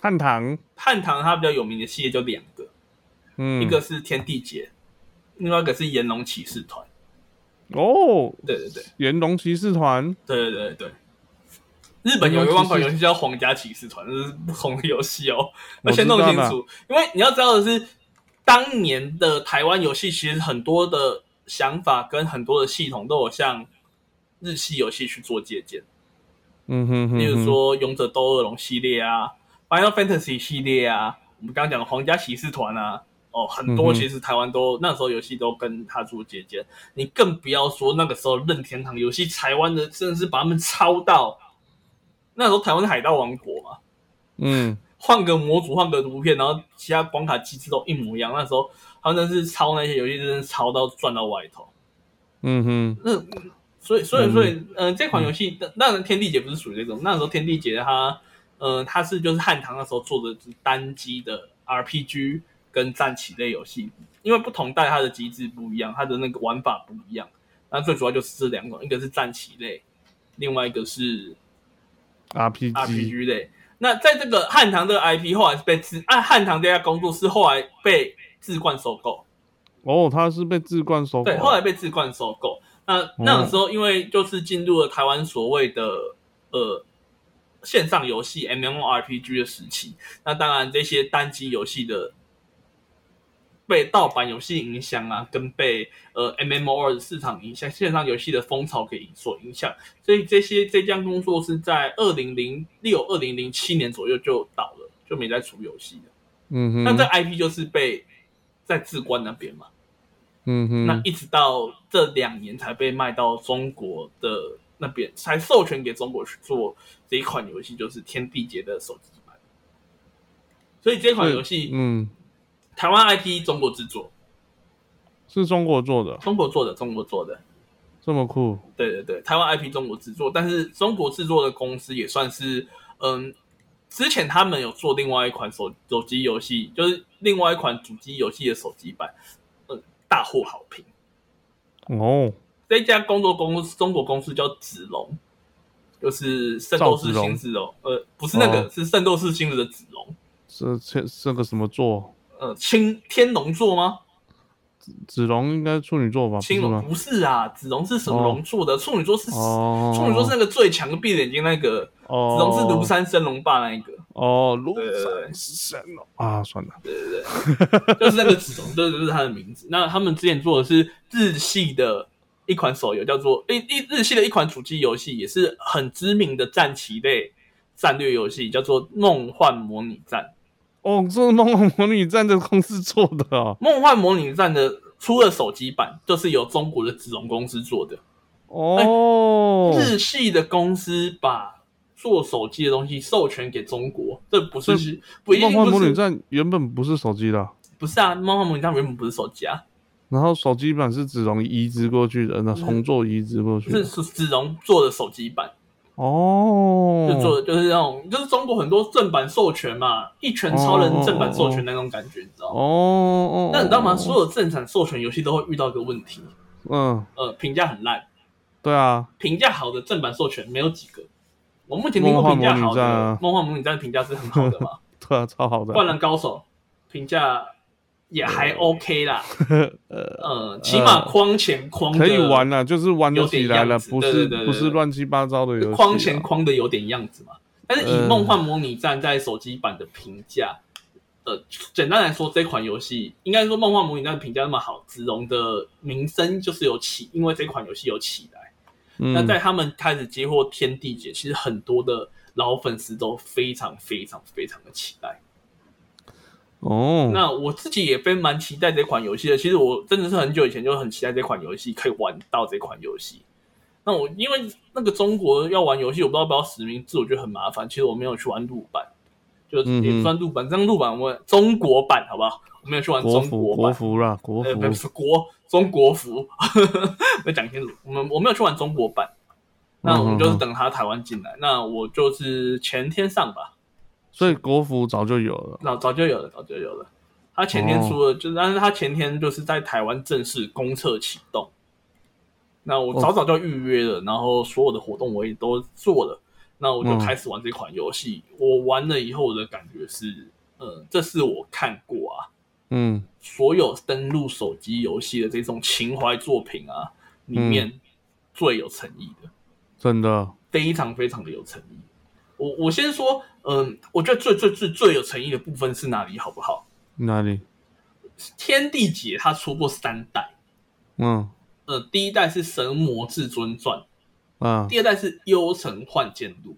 汉唐，汉唐它比较有名的系列就两个，嗯，一个是天地劫，另外一个是炎龙骑士团。哦，对对对炎龙骑士团，对对对对。日本有一款游戏叫《皇家骑士团》，这是不同的游戏哦，我要知先道弄啦清楚，因为你要知道的是，当年的台湾游戏其实很多的想法跟很多的系统都有向日系游戏去做借鉴，嗯哼哼，例如哼，说《勇者斗恶龙》系列啊，《Final Fantasy》系列啊，我们刚刚讲的《皇家骑士团》啊，哦，很嗯哼多其实台湾都、那时候游戏都跟他做借鉴，你更不要说那个时候任天堂游戏，台湾的真的是把他们抄到，那时候台湾是海盗王国嘛，嗯，换个模组，换个图片，然后其他光卡机制都一模一样，那时候他们真是抄那些游戏，真的是抄到赚到外头。嗯哼，那所以所以所以，嗯、呃，这款游戏当当然天地劫不是属于这种，那时候天地劫它，呃，它是就是汉唐那时候做的是单机的 RPG 跟战棋类游戏，因为不同代它的机制不一样，它的那个玩法不一样。那最主要就是这两种，一个是战棋类，另外一个是，RPG， RPG 类。那在这个汉唐这个 IP 后来是被自啊汉唐这家工作室后来被置冠收购，哦，他是被置冠收购，对，后来被置冠收购。那那个时候，因为就是进入了台湾所谓的呃线上游戏 MMORPG 的时期，那当然这些单机游戏的被盗版游戏影响啊，跟被呃 MMO 的市场影响，线上游戏的风潮给所影响，所以这些这家工作是在二零零六、二零零七年左右就倒了，就没再出游戏了。嗯哼，那这 IP 就是被在置冠那边嘛。嗯哼，那一直到这两年才被卖到中国的那边，才授权给中国去做这一款游戏，就是《天地劫》的手机版。所以这款游戏，嗯，台湾 IP 中国制作，是中国做的，中国做的，中国做的，这么酷，对对对，台湾 IP 中国制作，但是中国制作的公司也算是，嗯，之前他们有做另外一款手手机游戏，就是另外一款主机游戏的手机版，嗯，大获好评。哦，这家工作公司中国公司叫子龙，就是圣斗士星矢哦，呃，不是那个，哦是圣斗士星矢的子龙，这这这个什么座，呃，青天龙座吗？子龙应该处女座哦吧？不青是龙吗？不是啊，子龙是什么哦龙座的？处女座是处哦，女座是那个最强的闭着眼睛那个，子哦，龙是庐山升龙霸那一个，哦，庐对对对山神龙啊，算了，就是那个子龙， [LAUGHS] 对，就是他的名字。那他们之前做的是日系的一款手游，叫做一一日系的一款主机游戏，也是很知名的战棋类战略游戏，叫做《梦幻模拟战》。哦，这是梦幻魔女战的公司做的哦， 《梦幻模拟战》的出了手机版，就是由中国的子龙公司做的。哦，日系的公司把做手机的东西授权给中国，这不是不一定梦幻不魔女是战原本不是手机的啊、不是啊？梦幻模拟战原本不是手机啊，然后手机版是子龙移植过去的，那重做移植过去嗯是的。是子龙做的手机版，哦，就做的就是那种就是中国很多正版授权嘛，一拳超人正版授权那种感觉，你知道哦吗？哦，那你知道吗？哦所有正产授权游戏都会遇到一个问题，嗯，呃，评价很烂，对啊，评价好的正版授权没有几个。我目前听过评价好的啊《梦幻模拟战》评价是很好的嘛，对啊，超好《的。 [LAUGHS] 灌篮高手》评价也还 OK 啦， [LAUGHS] 呃，呃，起码框前框的可以玩了，就是玩得起来了，有点样子不对是对对对不是乱七八糟的游戏啊。框前框的有点样子嘛。但是以呃《梦幻模拟战》在手机版的评价，呃，简单来说，这款游戏应该说《梦幻模拟战》的评价那么好，子龙的名声就是有起，因为这款游戏有起来。嗯，那在他们开始接获天地姐，其实很多的老粉丝都非常非常非常的期待。哦，那我自己也非蛮期待这款游戏的。其实我真的是很久以前就很期待这款游戏，可以玩到这款游戏。那我因为那个中国要玩游戏，我不知道要不要实名制，我觉得很麻烦。其实我没有去玩陆版，就嗯哼也不算陆版，这样陆版我中国版好不好？我没有去玩国中服版国，服啦，国呃，服不是国中国服， [LAUGHS] 没讲清楚。我们我没有去玩中国版，嗯那我们就是等他台湾进来。那我就是前天上吧，所以国服早就有了。早早就有了，早就有了。他前哦天出了，就但是他前天就是在台湾正式公测启动。那哦我早早就预约了，然后所有的活动我也都做了，那我就嗯开始玩这款游戏。我玩了以后，我的感觉是，呃，这是我看过啊，嗯，所有登录手机游戏的这种情怀作品啊，里面最有诚意的，真的，非常非常的有诚意。我我先说，嗯，我觉得最最最最有诚意的部分是哪里，好不好？哪里？天地姐她出过三代，嗯呃，第一代是《神魔至尊传啊》，第二代是《幽神幻剑录》，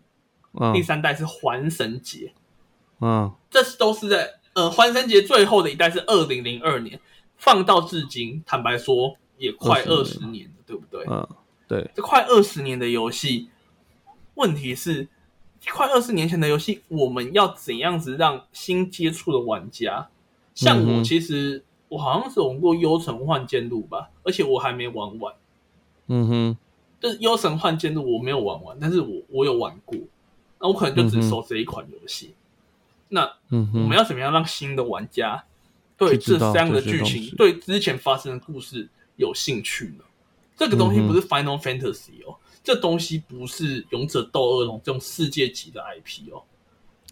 嗯第三代是《还神劫》，嗯这都是在呃《还神劫》最后的一代是二零零二年，放到至今，坦白说也快二20十年了，对不对？嗯，对，这快二十年的游戏，问题是快二十年前的游戏，我们要怎样子让新接触的玩家？像嗯我，哼其实、我好像是玩过《幽城幻剑录》吧，而且我还没玩完。嗯哼，就是《幽神幻剑录》我没有玩完，但是我我有玩过，那我可能就只收这一款游戏。那嗯我哼们，要怎么样让新的玩家对去这知道样的这些剧东情西、对之前发生的故事有兴趣呢？这个东西嗯哼不是 Final Fantasy 哦，这东西不是《勇者斗恶龙》这种世界级的 IP 哦，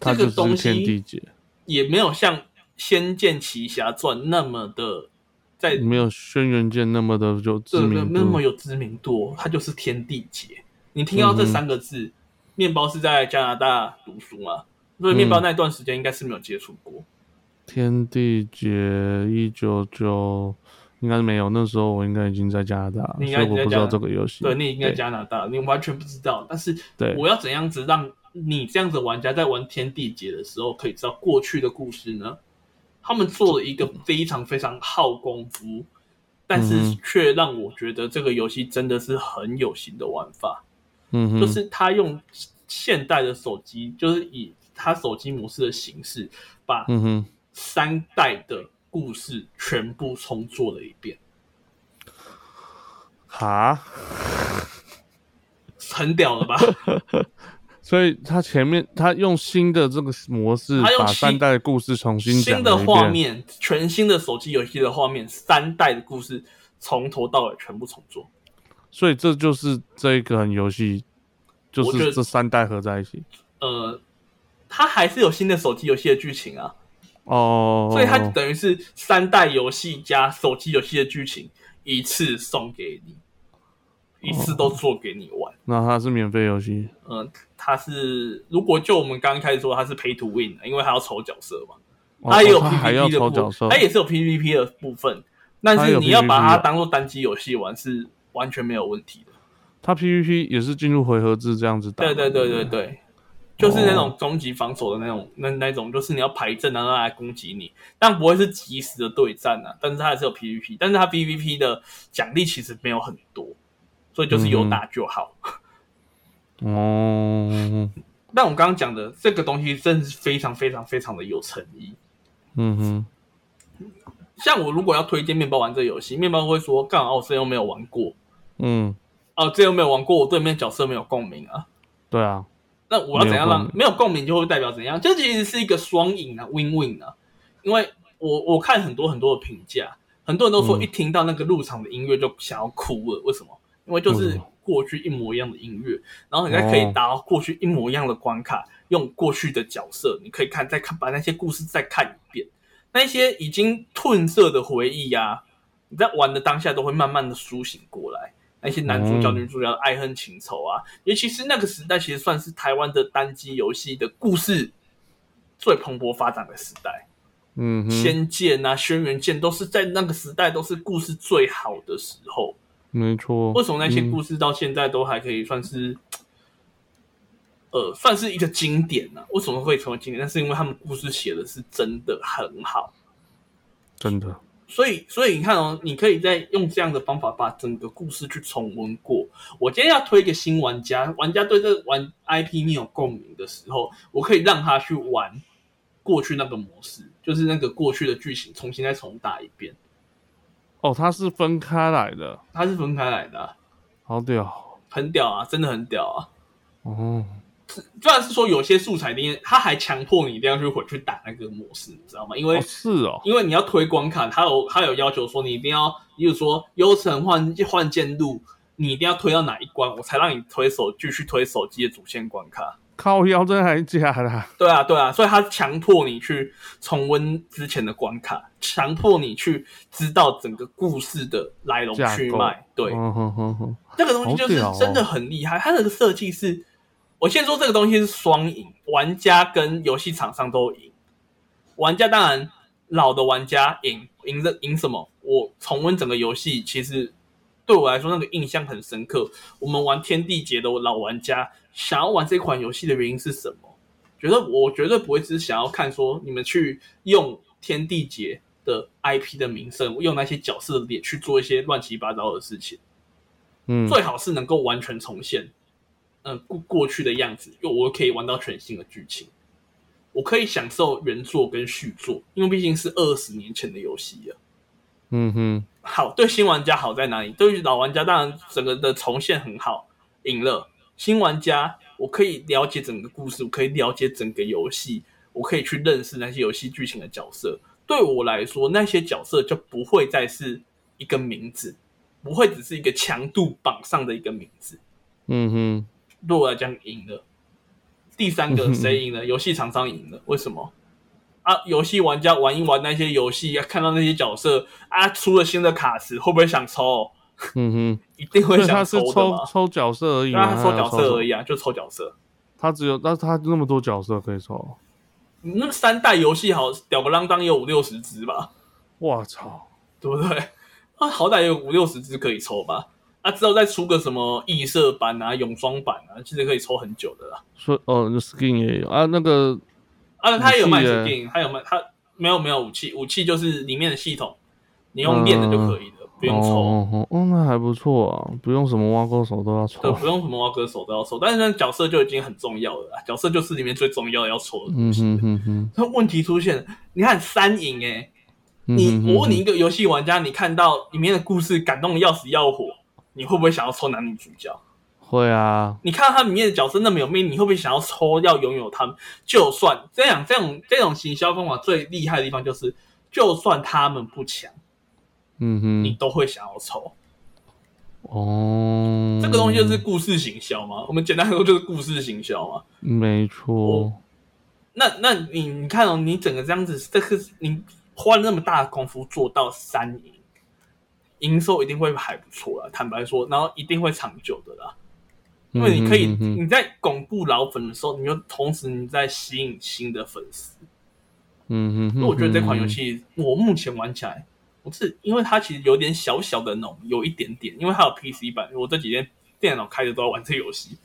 它就这个东是西天地姐，也没有像《仙剑奇侠传》那么的在没有轩辕剑那么的有嗯知这个名那么度。有知名度哦、它就是天地姐。你听到这嗯三个字，面包是在加拿大读书嘛，所以面嗯包那段时间应该是没有接触过。天地姐一九九。应该没有，那时候我应该已经在加拿大了，你所以应该已经我不知在加道拿大这个游戏。对，你应该加拿大，你完全不知道。但是对我要怎样子让你这样子玩家在玩天地姐的时候，可以知道过去的故事呢？他们做了一个非常非常耗功夫，但是嗯却让我觉得这个游戏真的是很有心的玩法。嗯哼，就是他用现代的手机，就是以他手机模式的形式，把嗯哼，三代的故事全部重做了一遍，哈，很屌了吧？ [LAUGHS] 所以他前面他用新的这个模式他用把新三代的故事重新讲新了的一画遍，面，全新的手机游戏的画面，三代的故事从头到尾全部重做，所以这就是这个游戏，就我觉得是这三代合在一起呃。它还是有新的手机游戏的剧情啊，哦，所以它等于是三代游戏加手机游戏的剧情一次送给你，一次都做给你玩。那它是免费游戏，嗯，它是如果就我们刚刚开始说，它是 pay to win，的因为它要抽角色嘛，哦也有哦它还 PVP 要抽的部哎角色分，它，也是有 PVP 的部分，但它是有你要把它 PVP 啊当做单机游戏玩是完全没有问题的。它 PVP 也是进入回合制这样子打，对对对对，对，就是那种终极防守的那种那那种，就是你要排阵然后来攻击你，但不会是即时的对战啊，但是它还是有 PVP，但是它 PVP 的奖励其实没有很多，所以就是有打就好。哦，但我刚刚讲的这个东西真的是非常非常非常的有诚意。嗯哼，像我如果要推荐面包玩这游戏，面包会说：“干嘛我这又没有玩过，嗯，哦、这又没有玩过，我对面角色没有共鸣啊。对啊，”那我要怎样没有让共鸣没有共鸣就会代表怎样？这其实是一个双赢啊，win win 啊。因为我我看很多很多的评价，很多人都说嗯一听到那个入场的音乐就想要哭了，为什么？因为就为什是么过去一模一样的音乐，然后你再可以哦达到过去一模一样的关卡，用过去的角色，你可以看再看把那些故事再看一遍，那些已经褪色的回忆啊，你在玩的当下都会慢慢的苏醒过来。那些男主角、嗯女主角的爱恨情仇啊，尤其是那个时代，其实算是台湾的单机游戏的故事最蓬勃发展的时代。嗯哼，仙剑啊、轩辕剑都是在那个时代都是故事最好的时候。没错。为什么那些嗯故事到现在都还可以算是，呃，算是一个经典呢、啊？为什么会成为经典？那是因为他们故事写的是真的很好。真的？所以，所以你看哦，你可以再用这样的方法把整个故事去重温过。我今天要推一个新玩家，玩家对这玩 IP 没有共鸣的时候，我可以让他去玩过去那个模式，就是那个过去的剧情，重新再重打一遍。哦，它是分开来的，它是分开来的啊、好屌很屌啊，真的很屌啊！哦！虽然是说有些素材里面，他还强迫你一定要去回去打那个模式，你知道吗？因为、哦是哦，因为你要推关卡，他有他有要求说你一定要，例如说优城换换剑路，你一定要推到哪一关，我才让你推手继续推手机的主线关卡。靠腰真还假的？对啊，对啊，所以他强迫你去重温之前的关卡，强迫你去知道整个故事的来龙架去构脉。对，嗯哼哼哼，这个东西就是好屌哦真的很厉害，它的设计是，我先说这个东西是双赢，玩家跟游戏厂商都赢。玩家当然老的玩家赢，赢着赢什么？我重温整个游戏，其实对我来说那个印象很深刻。我们玩天地劫的老玩家想要玩这款游戏的原因是什么？觉得我绝对不会只是想要看说你们去用天地劫的 IP 的名声，用那些角色的脸去做一些乱七八糟的事情。嗯，最好是能够完全重现，嗯、过过去的样子，因为我可以玩到全新的剧情，我可以享受原作跟续作，因为毕竟是二十年前的游戏了。嗯哼，好，对新玩家好在哪里？对于老玩家，当然整个的重现很好，赢了。新玩家，我可以了解整个故事，我可以了解整个游戏，我可以去认识那些游戏剧情的角色。对我来说，那些角色就不会再是一个名字，不会只是一个强度榜上的一个名字。嗯哼，对我来讲赢了。第三个谁 [LAUGHS] 赢了？游戏厂商赢了，为什么？啊，游戏玩家玩一玩那些游戏，啊看到那些角色啊，出了新的卡池，会不会想抽？嗯 [LAUGHS] 哼，一定所会以想他是抽的抽嘛。抽角色而已对啊，吗，他抽角色而已，已啊，就抽角色。他只有，但是他那么多角色可以抽，嗯那三代游戏好吊个啷当也有五六十只吧，我操，对不对？啊，好歹也有五六十只可以抽吧。啊，之后再出个什么异色版啊、泳装版啊，其实可以抽很久的啦。所以哦那，skin 也有啊，那个啊，他也有卖武器 s 耶 k 他有卖他没有没有武器，武器就是里面的系统，你用练的就可以了，不用抽，嗯哦哦哦，那还不错啊，不用什么挖沟手都要抽对，，不用什么挖歌手都要抽，但是那角色就已经很重要了啦，角色就是里面最重要的要抽的嗯东西。哼哼哼，那问题出现了，你看三赢哎、嗯你哼哼我问你一个游戏玩家，你看到里面的故事感动的要死要活，你会不会想要抽男女主角？会啊，你看到他里面的角色那么有魅力，你会不会想要抽要拥有他们？就算这样，这种这种行销方法最厉害的地方就是，就算他们不强，嗯你哼，都会想要抽。哦，这个东西就是故事行销嘛，我们简单来说就是故事行销嘛。没错，那那你你看哦，你整个这样子，这个你花了那么大的功夫做到三赢，营收一定会还不错啦。坦白说，然后一定会长久的啦。因为你可以嗯哼哼你在巩固老粉的时候，你又同时你在吸引新的粉丝。嗯哼哼，因为我觉得这款游嗯戏我目前玩起来，我是因为它其实有点小小的浓，有一点点，因为它有 PC 版，我这几天电脑开着都在玩这游戏。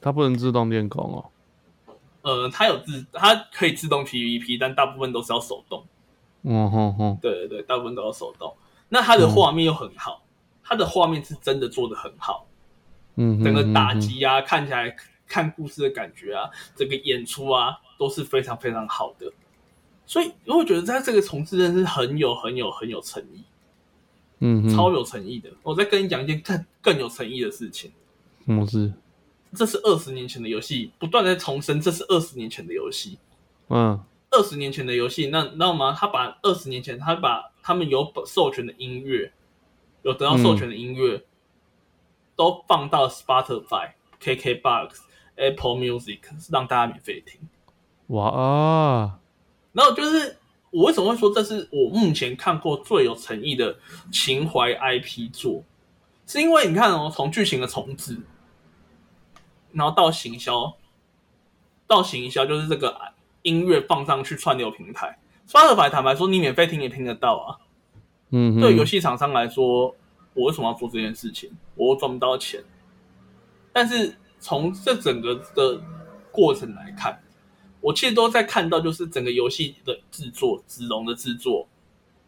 它不能自动练功哦。呃，它有自它可以自动 PVP，但大部分都是要手动。嗯哼哼，对对对，大部分都要手动。那它的嗯画面又很好，它的画面是真的做的很好，嗯哼，整个打嗯哼，击啊，看起来看故事的感觉啊，整个演出啊都是非常非常好的。所以我觉得在这个重置真的是很有很有很有诚意，嗯哼，超有诚意的。我再跟你讲一件更更有诚意的事情，什么事？这是二十年前的游戏，不断在重申这是二十年前的游戏。嗯二十年前的游戏，那你知道吗？他把二十年前他把他们有授权的音乐，有得到授权的音乐，都放到 Spotify、KKBox、Apple Music 让大家免费听。哇啊，然后就是我为什么会说这是我目前看过最有诚意的情怀 IP 作，是因为你看哦，从剧情的重置，然后到行销，到行销就是这个音乐放上去串流平台。Spotify 坦白说，你免费听也听得到啊。嗯哼，对游戏厂商来说，我为什么要做这件事情？我又赚不到钱。但是从这整个的过程来看，我其实都在看到，就是整个游戏的制作、子龙的制作，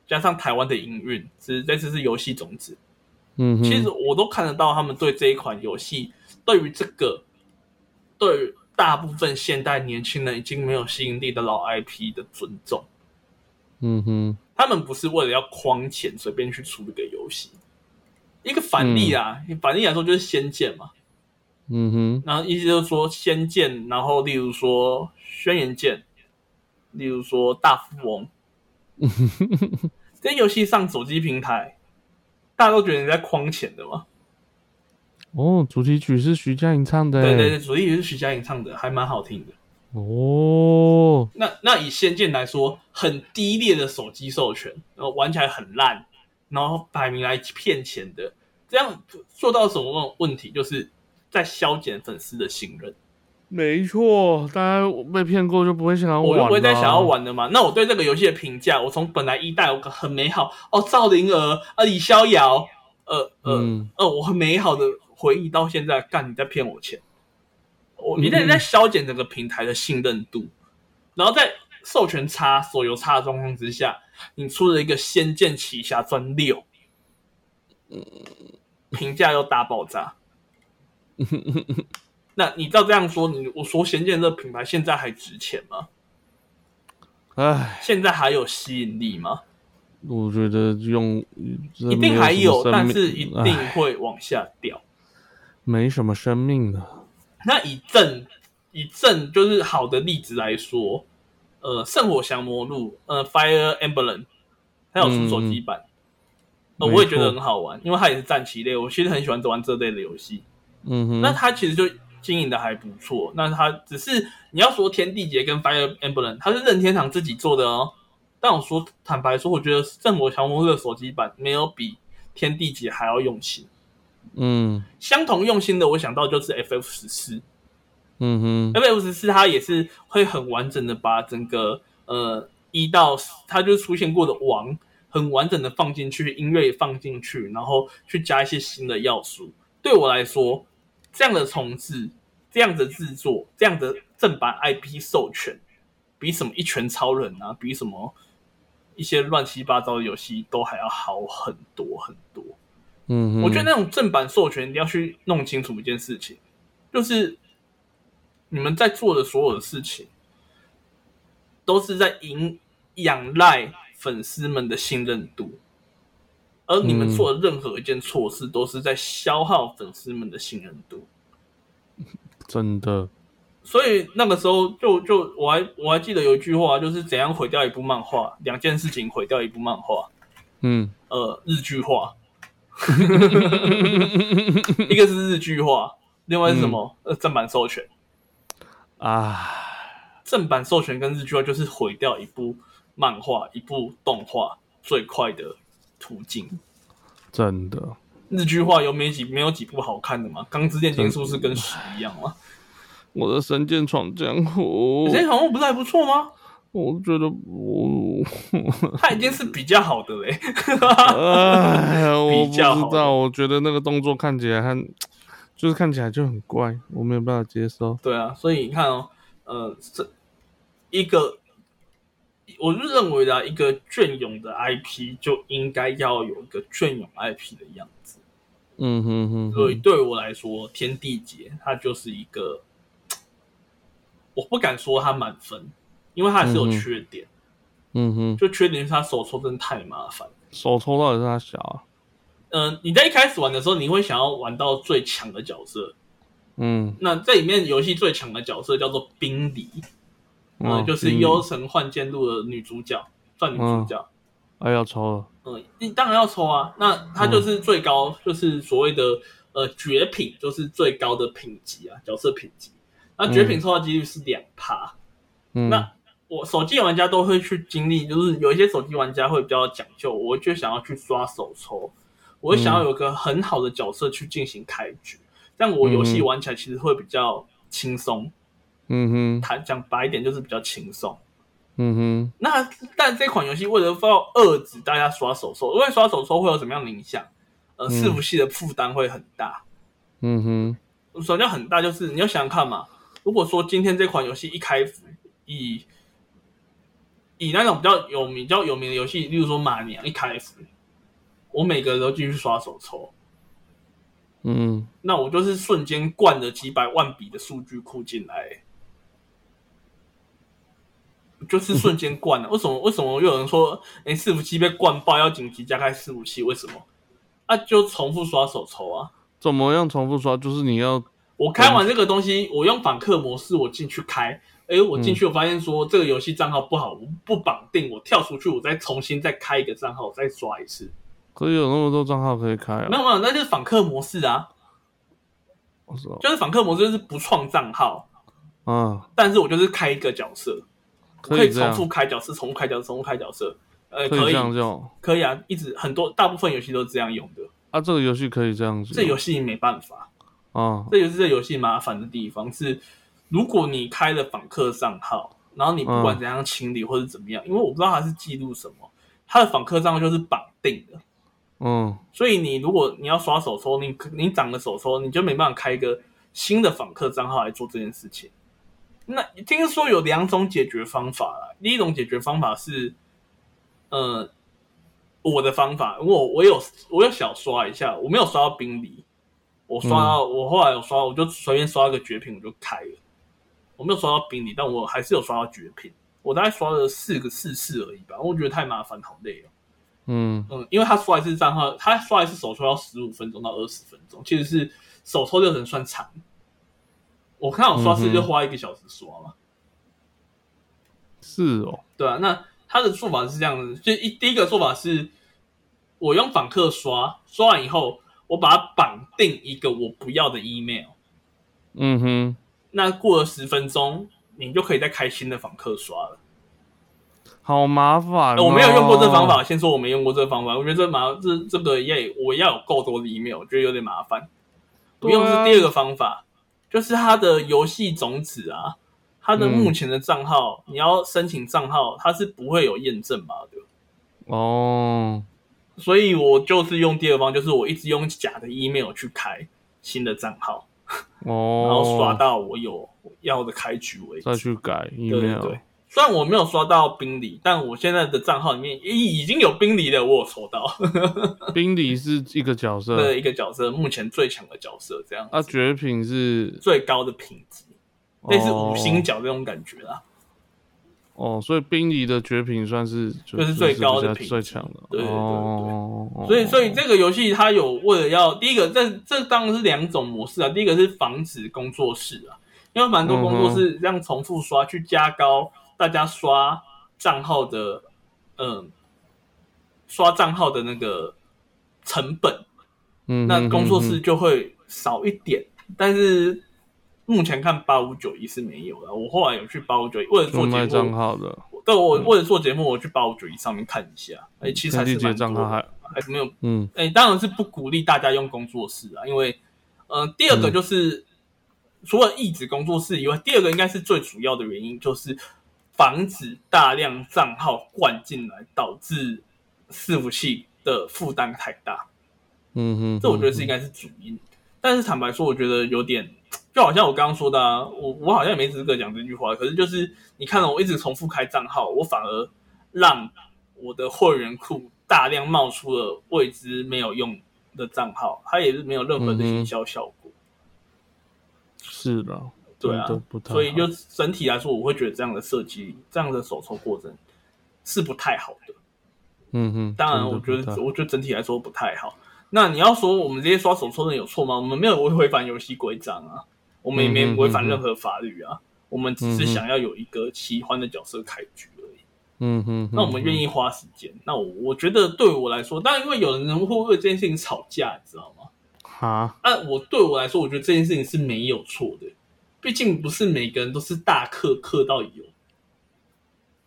加上台湾的营运，只是这次是游戏种子。嗯哼，其实我都看得到他们对这一款游戏，对于这个，对于大部分现代年轻人已经没有吸引力的老 IP 的尊重。嗯哼，他们不是为了要框钱随便去出一个游戏，一个反例啊，反例来说就是《仙剑》嘛，嗯哼，然后意思就是说《仙剑》，然后例如说《轩辕剑》，例如说《大富翁》，这些游戏上手机平台，大家都觉得你在框钱的嘛。哦，主题曲是徐佳莹唱的，对对对，主题曲是徐佳莹唱的，还蛮好听的。哦，那那以《仙剑》来说，很低劣的手机授权，然后玩起来很烂，然后摆明来骗钱的，这样做到什么问问题？就是在消减粉丝的信任。没错，大家被骗过就不会想要我玩，啊就不会再想要，玩了嘛。那我对这个游戏的评价，我从本来一代我很美好哦，赵灵儿啊，李逍遥，呃呃、嗯呃，我很美好的回忆到现在，干你在骗我钱，我你在在消减整个平台的信任度，然后在授权差、手游差的状况之下，你出了一个《仙剑奇侠传六》，评价又大爆炸。那你照这样说，你我说《仙剑》这个品牌现在还值钱吗？唉，现在还有吸引力吗？我觉得用呃一一定还有，但是一定会往下掉。没什么生命的，那以正以正就是好的例子来说，呃，《圣火降魔录》呃，《Fire Emblem》，它有出手机版，嗯呃，我也觉没得错很好玩，因为它也是战棋类，我其实很喜欢玩这类的游戏。嗯哼，那它其实就经营的还不错，那它只是你要说《天地劫》跟《Fire Emblem》，它是任天堂自己做的哦。但我说坦白说，我觉得《圣火降魔录》的手机版没有比《天地劫》还要用心。嗯相同用心的，我想到就是 FF 十四，嗯哼， F F 十四它也是会很完整的把整个呃一到10它就是出现过的王很完整的放进去，音乐也放进去，然后去加一些新的要素。对我来说，这样的重置、这样的制作、这样的正版 IP 授权，比什么一拳超人啊，比什么一些乱七八糟的游戏都还要好很多很多。嗯哼，我觉得那种正版授权，你要去弄清楚一件事情，就是你们在做的所有的事情，都是在引仰赖粉丝们的信任度，而你们嗯做的任何一件错事，都是在消耗粉丝们的信任度。真的，所以那个时候就就我还我还记得有一句话，就是怎样毁掉一部漫画，两件事情毁掉一部漫画，嗯呃，日剧化， [LAUGHS] 一个是日剧化，另外是什么？呃，正版授权，啊，正版授权跟日剧化就是毁掉一部漫画、一部动画最快的途径。真的，日剧化有没几没有几部好看的嘛？《钢之炼金术士》跟屎一样吗？我的《神剑闯江湖《神》剑闯江湖》不是还不错吗？我觉得我，它已经是比较好的嘞。哎，我不知较好的道，我觉得那个动作看起来和就是看起来就很怪，我没有办法接受。对啊，所以你看哦，呃，这一个，我就认为啦，一个隽永的 IP 就应该要有一个隽永 IP 的样子。嗯哼哼所以哼，对我来说，《天地劫》它就是一个我不敢说他满分，因为他还是有缺点。嗯哼，就缺点是他手抽真的太麻烦。手抽到底是他小啊？嗯、你在一开始玩的时候，你会想要玩到最强的角色。嗯，那这里面游戏最强的角色叫做冰梨，嗯、嗯就是《幽神幻剑录》的女主角，算女主角。哎要抽了，嗯，你当然要抽啊。那它就是最高，就是所谓的呃绝品，就是最高的品级啊，角色品级。那绝品抽到几率是两趴。嗯，那我手机玩家都会去经历，就是有一些手机玩家会比较讲究，我就想要去刷手抽，我想要有个很好的角色去进行开局，这样我游戏玩起来其实会比较轻松。嗯哼，谈讲白一点就是比较轻松。嗯那但这款游戏为了要遏制大家刷手抽，因为刷手抽会有什么样的影响？呃，嗯伺服器的负担会很大。哼，嗯哼，什么叫很大？就是你要想想看嘛，如果说今天这款游戏一开服，以以那种比较有名、比较有名的游戏，例如说马娘一开服，我每个人都继续刷手抽，嗯，那我就是瞬间灌了几百万笔的数据库进来，就是瞬间灌了。为什么？为什么又有人说，哎、伺服器被灌爆，要紧急加开伺服器？为什么？啊，就重复刷手抽啊！怎么样重复刷？就是你要，我开完这个东西，我用访客模式，我进去开，哎、我进去，我发现说这个游戏账号不好，我不绑定，我跳出去，我再重新再开一个账号，我再刷一次。可以有那么多账号可以开没啊？有没有，那就是访客模式啊，我操，就是访客模式就是不创账号，嗯，但是我就是开一个角色，我可可以这重样，复开角色，重复开角色，重复开角色。呃，可可以以这，样用可以啊，一直很多大部分游戏都是这样用的。啊？这个游戏可以这样子，这游戏没办法，啊，这就是这游戏麻烦的地方是，如果你开了访客账号，然后你不管嗯怎样清理或者怎么样，因为我不知道它是记录什么，它的访客账号就是绑定的，嗯所以你如果你要刷手抽，你你长了手抽，你就没办法开一个新的访客账号来做这件事情。那听说有两种解决方法啦，第一种解决方法是，呃，我的方法，因为我我有我有小刷一下，我没有刷到冰梨，我刷到、我后来有刷，我就随便刷一个绝品我就开了，我没有刷到冰梨，但我还是有刷到绝品，我大概刷了四个四次而已吧，我觉得太麻烦，好累哦。嗯嗯，因为他刷一次账号，他刷一次手抽要十五分钟到二十分钟，其实是手抽就能算长。我看我刷次就花一个小时刷嘛，是哦，对啊，那他的做法是这样子，就一第一个做法是，我用访客刷，刷完以后，我把它绑定一个我不要的 email，嗯哼，那过了十分钟，你就可以再开新的访客刷了。好麻烦呃哦，我没有用过这方法，先说我没用过这方法，我觉得这麻这这个也我要有够多的 email，我觉得有点麻烦。我对啊啊用的是第二个方法，就是它的游戏种子啊，它的嗯目前的账号，你要申请账号，它是不会有验证码的，哦，所以我就是用第二方，就是我一直用假的 email 去开新的账号，哦，然后刷到我有要的开局为止再。去改对 email，对对， [LAUGHS] 虽然我没有刷到宾利，但我现在的账号里面已已经有宾利的，我有抽到。冰梨是一个角色， [LAUGHS] 的一个角色，目前最强的角色，这样啊，绝品是最高的品质，类似哦五星角这种感觉啦。哦，所以冰梨的绝品算是就就是最高就的是品质最强的，对对对对哦哦所以，所以这个游戏它有为了要第一个，这这当然是两种模式啊。第一个是防止工作室啊，因为蛮多工嗯作室这样重复刷，去加高大家刷账号的，嗯、刷账号的那个成本。嗯那工作室嗯就会少一点。但是目前看八五九一是没有的。我后来有去八五九一，为嗯了嗯就做卖节账目，号的，对我为了做节目，我去八五九一上面看一下。哎、其实还天是地蛮姐账多号的，还还是没有。嗯哎、当然是不鼓励大家用工作室啊，因为，呃，第二个嗯就是、除了抑制工作室以外，第二个应该是最主要的原因，就是防止大量账号灌进来，导致伺服器的负担太大。嗯哼，这我觉得是应该是主因。但是坦白说，我觉得有点，就好像我刚刚说的啊，我我好像也没资格讲这句话。可是就是你看了我一直重复开账号，我反而让我的会员库大量冒出了未知没有用嗯的账号，它也是没有任何的营销效果。是的，对啊都不，嗯太好所以就整体来说，我会觉得这样的设计、这样的手抽过针是不太好的。嗯哼，当然，我真觉的得不太我觉得整体来说不太好。那你要说我们这些刷手抽的有错吗？我们没有违反游戏规章啊，我们也没嗯哼违嗯反哼任何法律啊，我们只是嗯哼想要有一个喜欢的角色开局而已。嗯哼，那我们愿意，意花时间，那我我觉得对我来说，当然因为有人会为这件事情吵架，你知道吗？哈，那我对我来说，我觉得这件事情是没有错的，毕竟不是每个人都是大氪氪到有，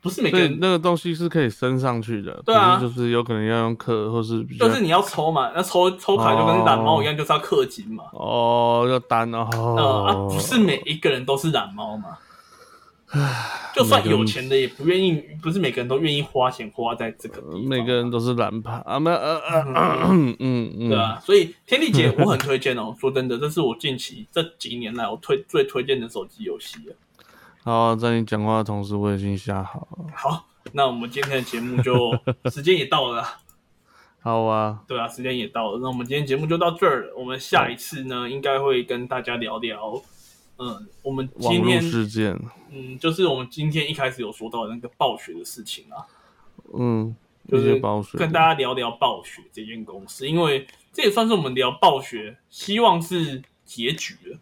不是每个所以人那个东西是可以升上去的，对啊可是就是有可能要用氪，或是比较就是你要抽嘛，那抽抽卡就跟哦染猫一样，就是要氪金嘛。哦要单呃啊，哦，不是每一个人都是染猫嘛，就算有钱的也不愿意，不是每个人都愿意花钱花在这个地方。呃每个人都是蓝牌啊，没有呃呃嗯嗯，对啊，所以天地姐我很推荐哦。 [LAUGHS] 说真的，这是我近期这几年来我推最推荐的手机游戏啊了。好，在你讲话的同时，我已经下好了，好，那我们今天的节目就时间也到了啊，好啊， [LAUGHS] 对啊，时间也到了。那我们今天节目就到这儿了。我们下一次呢，应该会跟大家聊聊，嗯，我们网今络天事件，嗯，就是我们今天一开始有说到的那个暴雪的事情啊，嗯，就一是些包水，跟大家聊聊暴雪这间公司，因为这也算是我们聊暴雪，希望是结局了。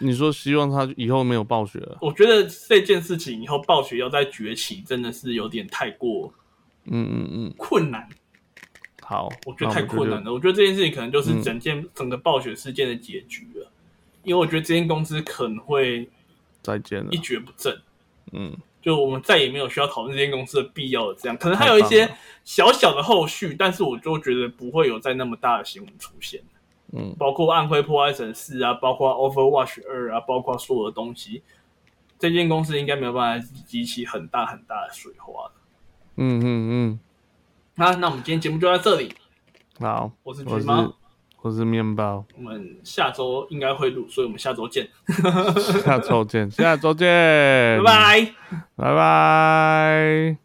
你说希望他以后没有暴雪了，我觉得这件事情以后暴雪要再崛起，真的是有点太过嗯嗯嗯，困难，好，我觉得那太们就困难就，了。我觉得这件事情可能就是嗯整件、整个暴雪事件的结局了，因为我觉得这间公司可能会再见了一，蹶不振，嗯，就我们再也没有需要讨论这间公司的必要了。这样可能还有一太些棒小小的后续，但是我就觉得不会有再那么大的新闻出现。嗯，包括《暗灰破坏神四》啊，包括《Overwatch 二》啊，包括所有的东西，这间公司应该没有办法激起很大很大的水花的。嗯嗯那那我们今天节目就到这里，嗯，好，我是橘我是猫，我是面包，我们下周应该会录，所以我们下周见， [LAUGHS] 下周见，下周见，拜，拜。拜拜。